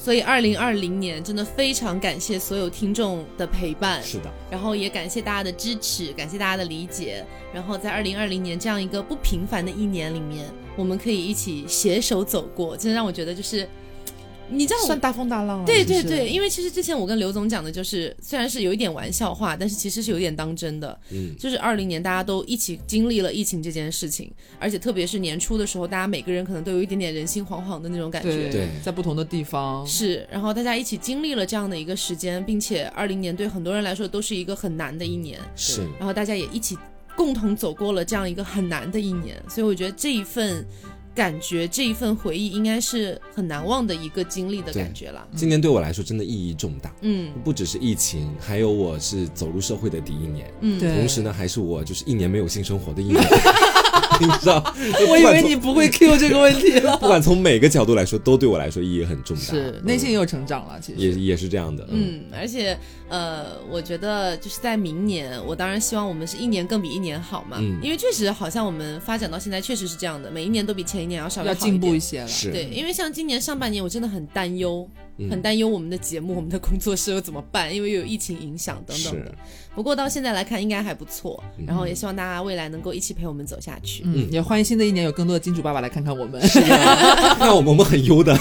A: 所以，二零二零年真的非常感谢所有听众的陪伴，
B: 是的，
A: 然后也感谢大家的支持，感谢大家的理解。然后在二零二零年这样一个不平凡的一年里面，我们可以一起携手走过，真的让我觉得就是，你知道我
C: 算。大风大浪了，
A: 对
C: 就
A: 对
C: 是
A: 对，，因为其实之前我跟刘总讲的就是，虽然是有一点玩笑话，但是其实是有点当真的。
B: 嗯，
A: 就是二零年大家都一起经历了疫情这件事情，而且特别是年初的时候，大家每个人可能都有一点点人心惶惶的那种感觉
C: 对。
B: 对
C: 在不同的地方，
A: 是，然后大家一起经历了这样的一个时间，并且二零年对很多人来说都是一个很难的一年，
B: 是
A: 然后大家也一起共同走过了这样一个很难的一年，所以我觉得这一份感觉，这一份回忆应该是很难忘的一个经历的感觉啦。
B: 今年对我来说真的意义重大，
A: 嗯
B: 不只是疫情，还有我是走入社会的第一年，
A: 嗯，
C: 对
B: 同时呢，还是我就是一年没有性生活的 一年。你知道，
C: 我
B: 不
C: 以
B: 管
C: 为
B: 从
C: 你不会 Q 这个问题了。
B: 不管从每个角度来说，都对我来说意义很重大。
C: 是
B: 嗯
C: 内心也有成长了，其
B: 也
C: 实。
B: 也是这样的，嗯，
A: 嗯，而且呃，我觉得就是在明年，我当然希望我们是一年更比一年好嘛，
B: 嗯
A: 因为确实好像我们发展到现在确实是这样的，每一年都比前一年要稍微
C: 要
A: 好一
C: 进步一
A: 点。
C: 些了，
B: 是
A: 对，因为像今年上半年，我真的很担忧，
B: 嗯
A: 很担忧我们的节目、我们的工作室又怎么办，因为又有疫情影响等等的
B: 是。，
A: 不过到现在来看，应该还不错。
B: 嗯
A: 然后也希望大家未来能够一起陪我们走下去。
C: 嗯，也欢迎新的一年有更多的金主爸爸来看看我们。
B: 那我们我们很优的，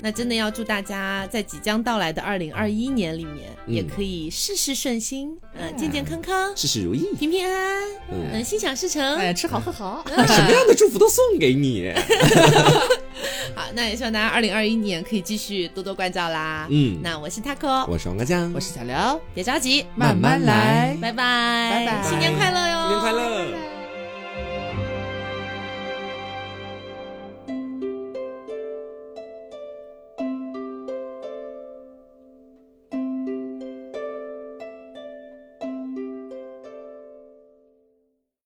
A: 那真的要祝大家在即将到来的二零二一年里面，
B: 嗯
A: 也可以事事顺心，
C: 嗯
A: 呃，健健康康，
B: 事事如意，
A: 平平安安，
B: 嗯，
A: 嗯，心想事成。
C: 哎，吃好喝好，
B: 什么样的祝福都送给你，
A: 好，那也希望大家二零二一年可以继续多多关照啦。
B: 嗯，
A: 那我是 Taco，
B: 我是王刚江，
C: 我是小刘，
A: 别着急，
C: 慢慢来，
A: 拜拜，
C: 拜拜
A: 新年快乐哟，
B: 新年快乐。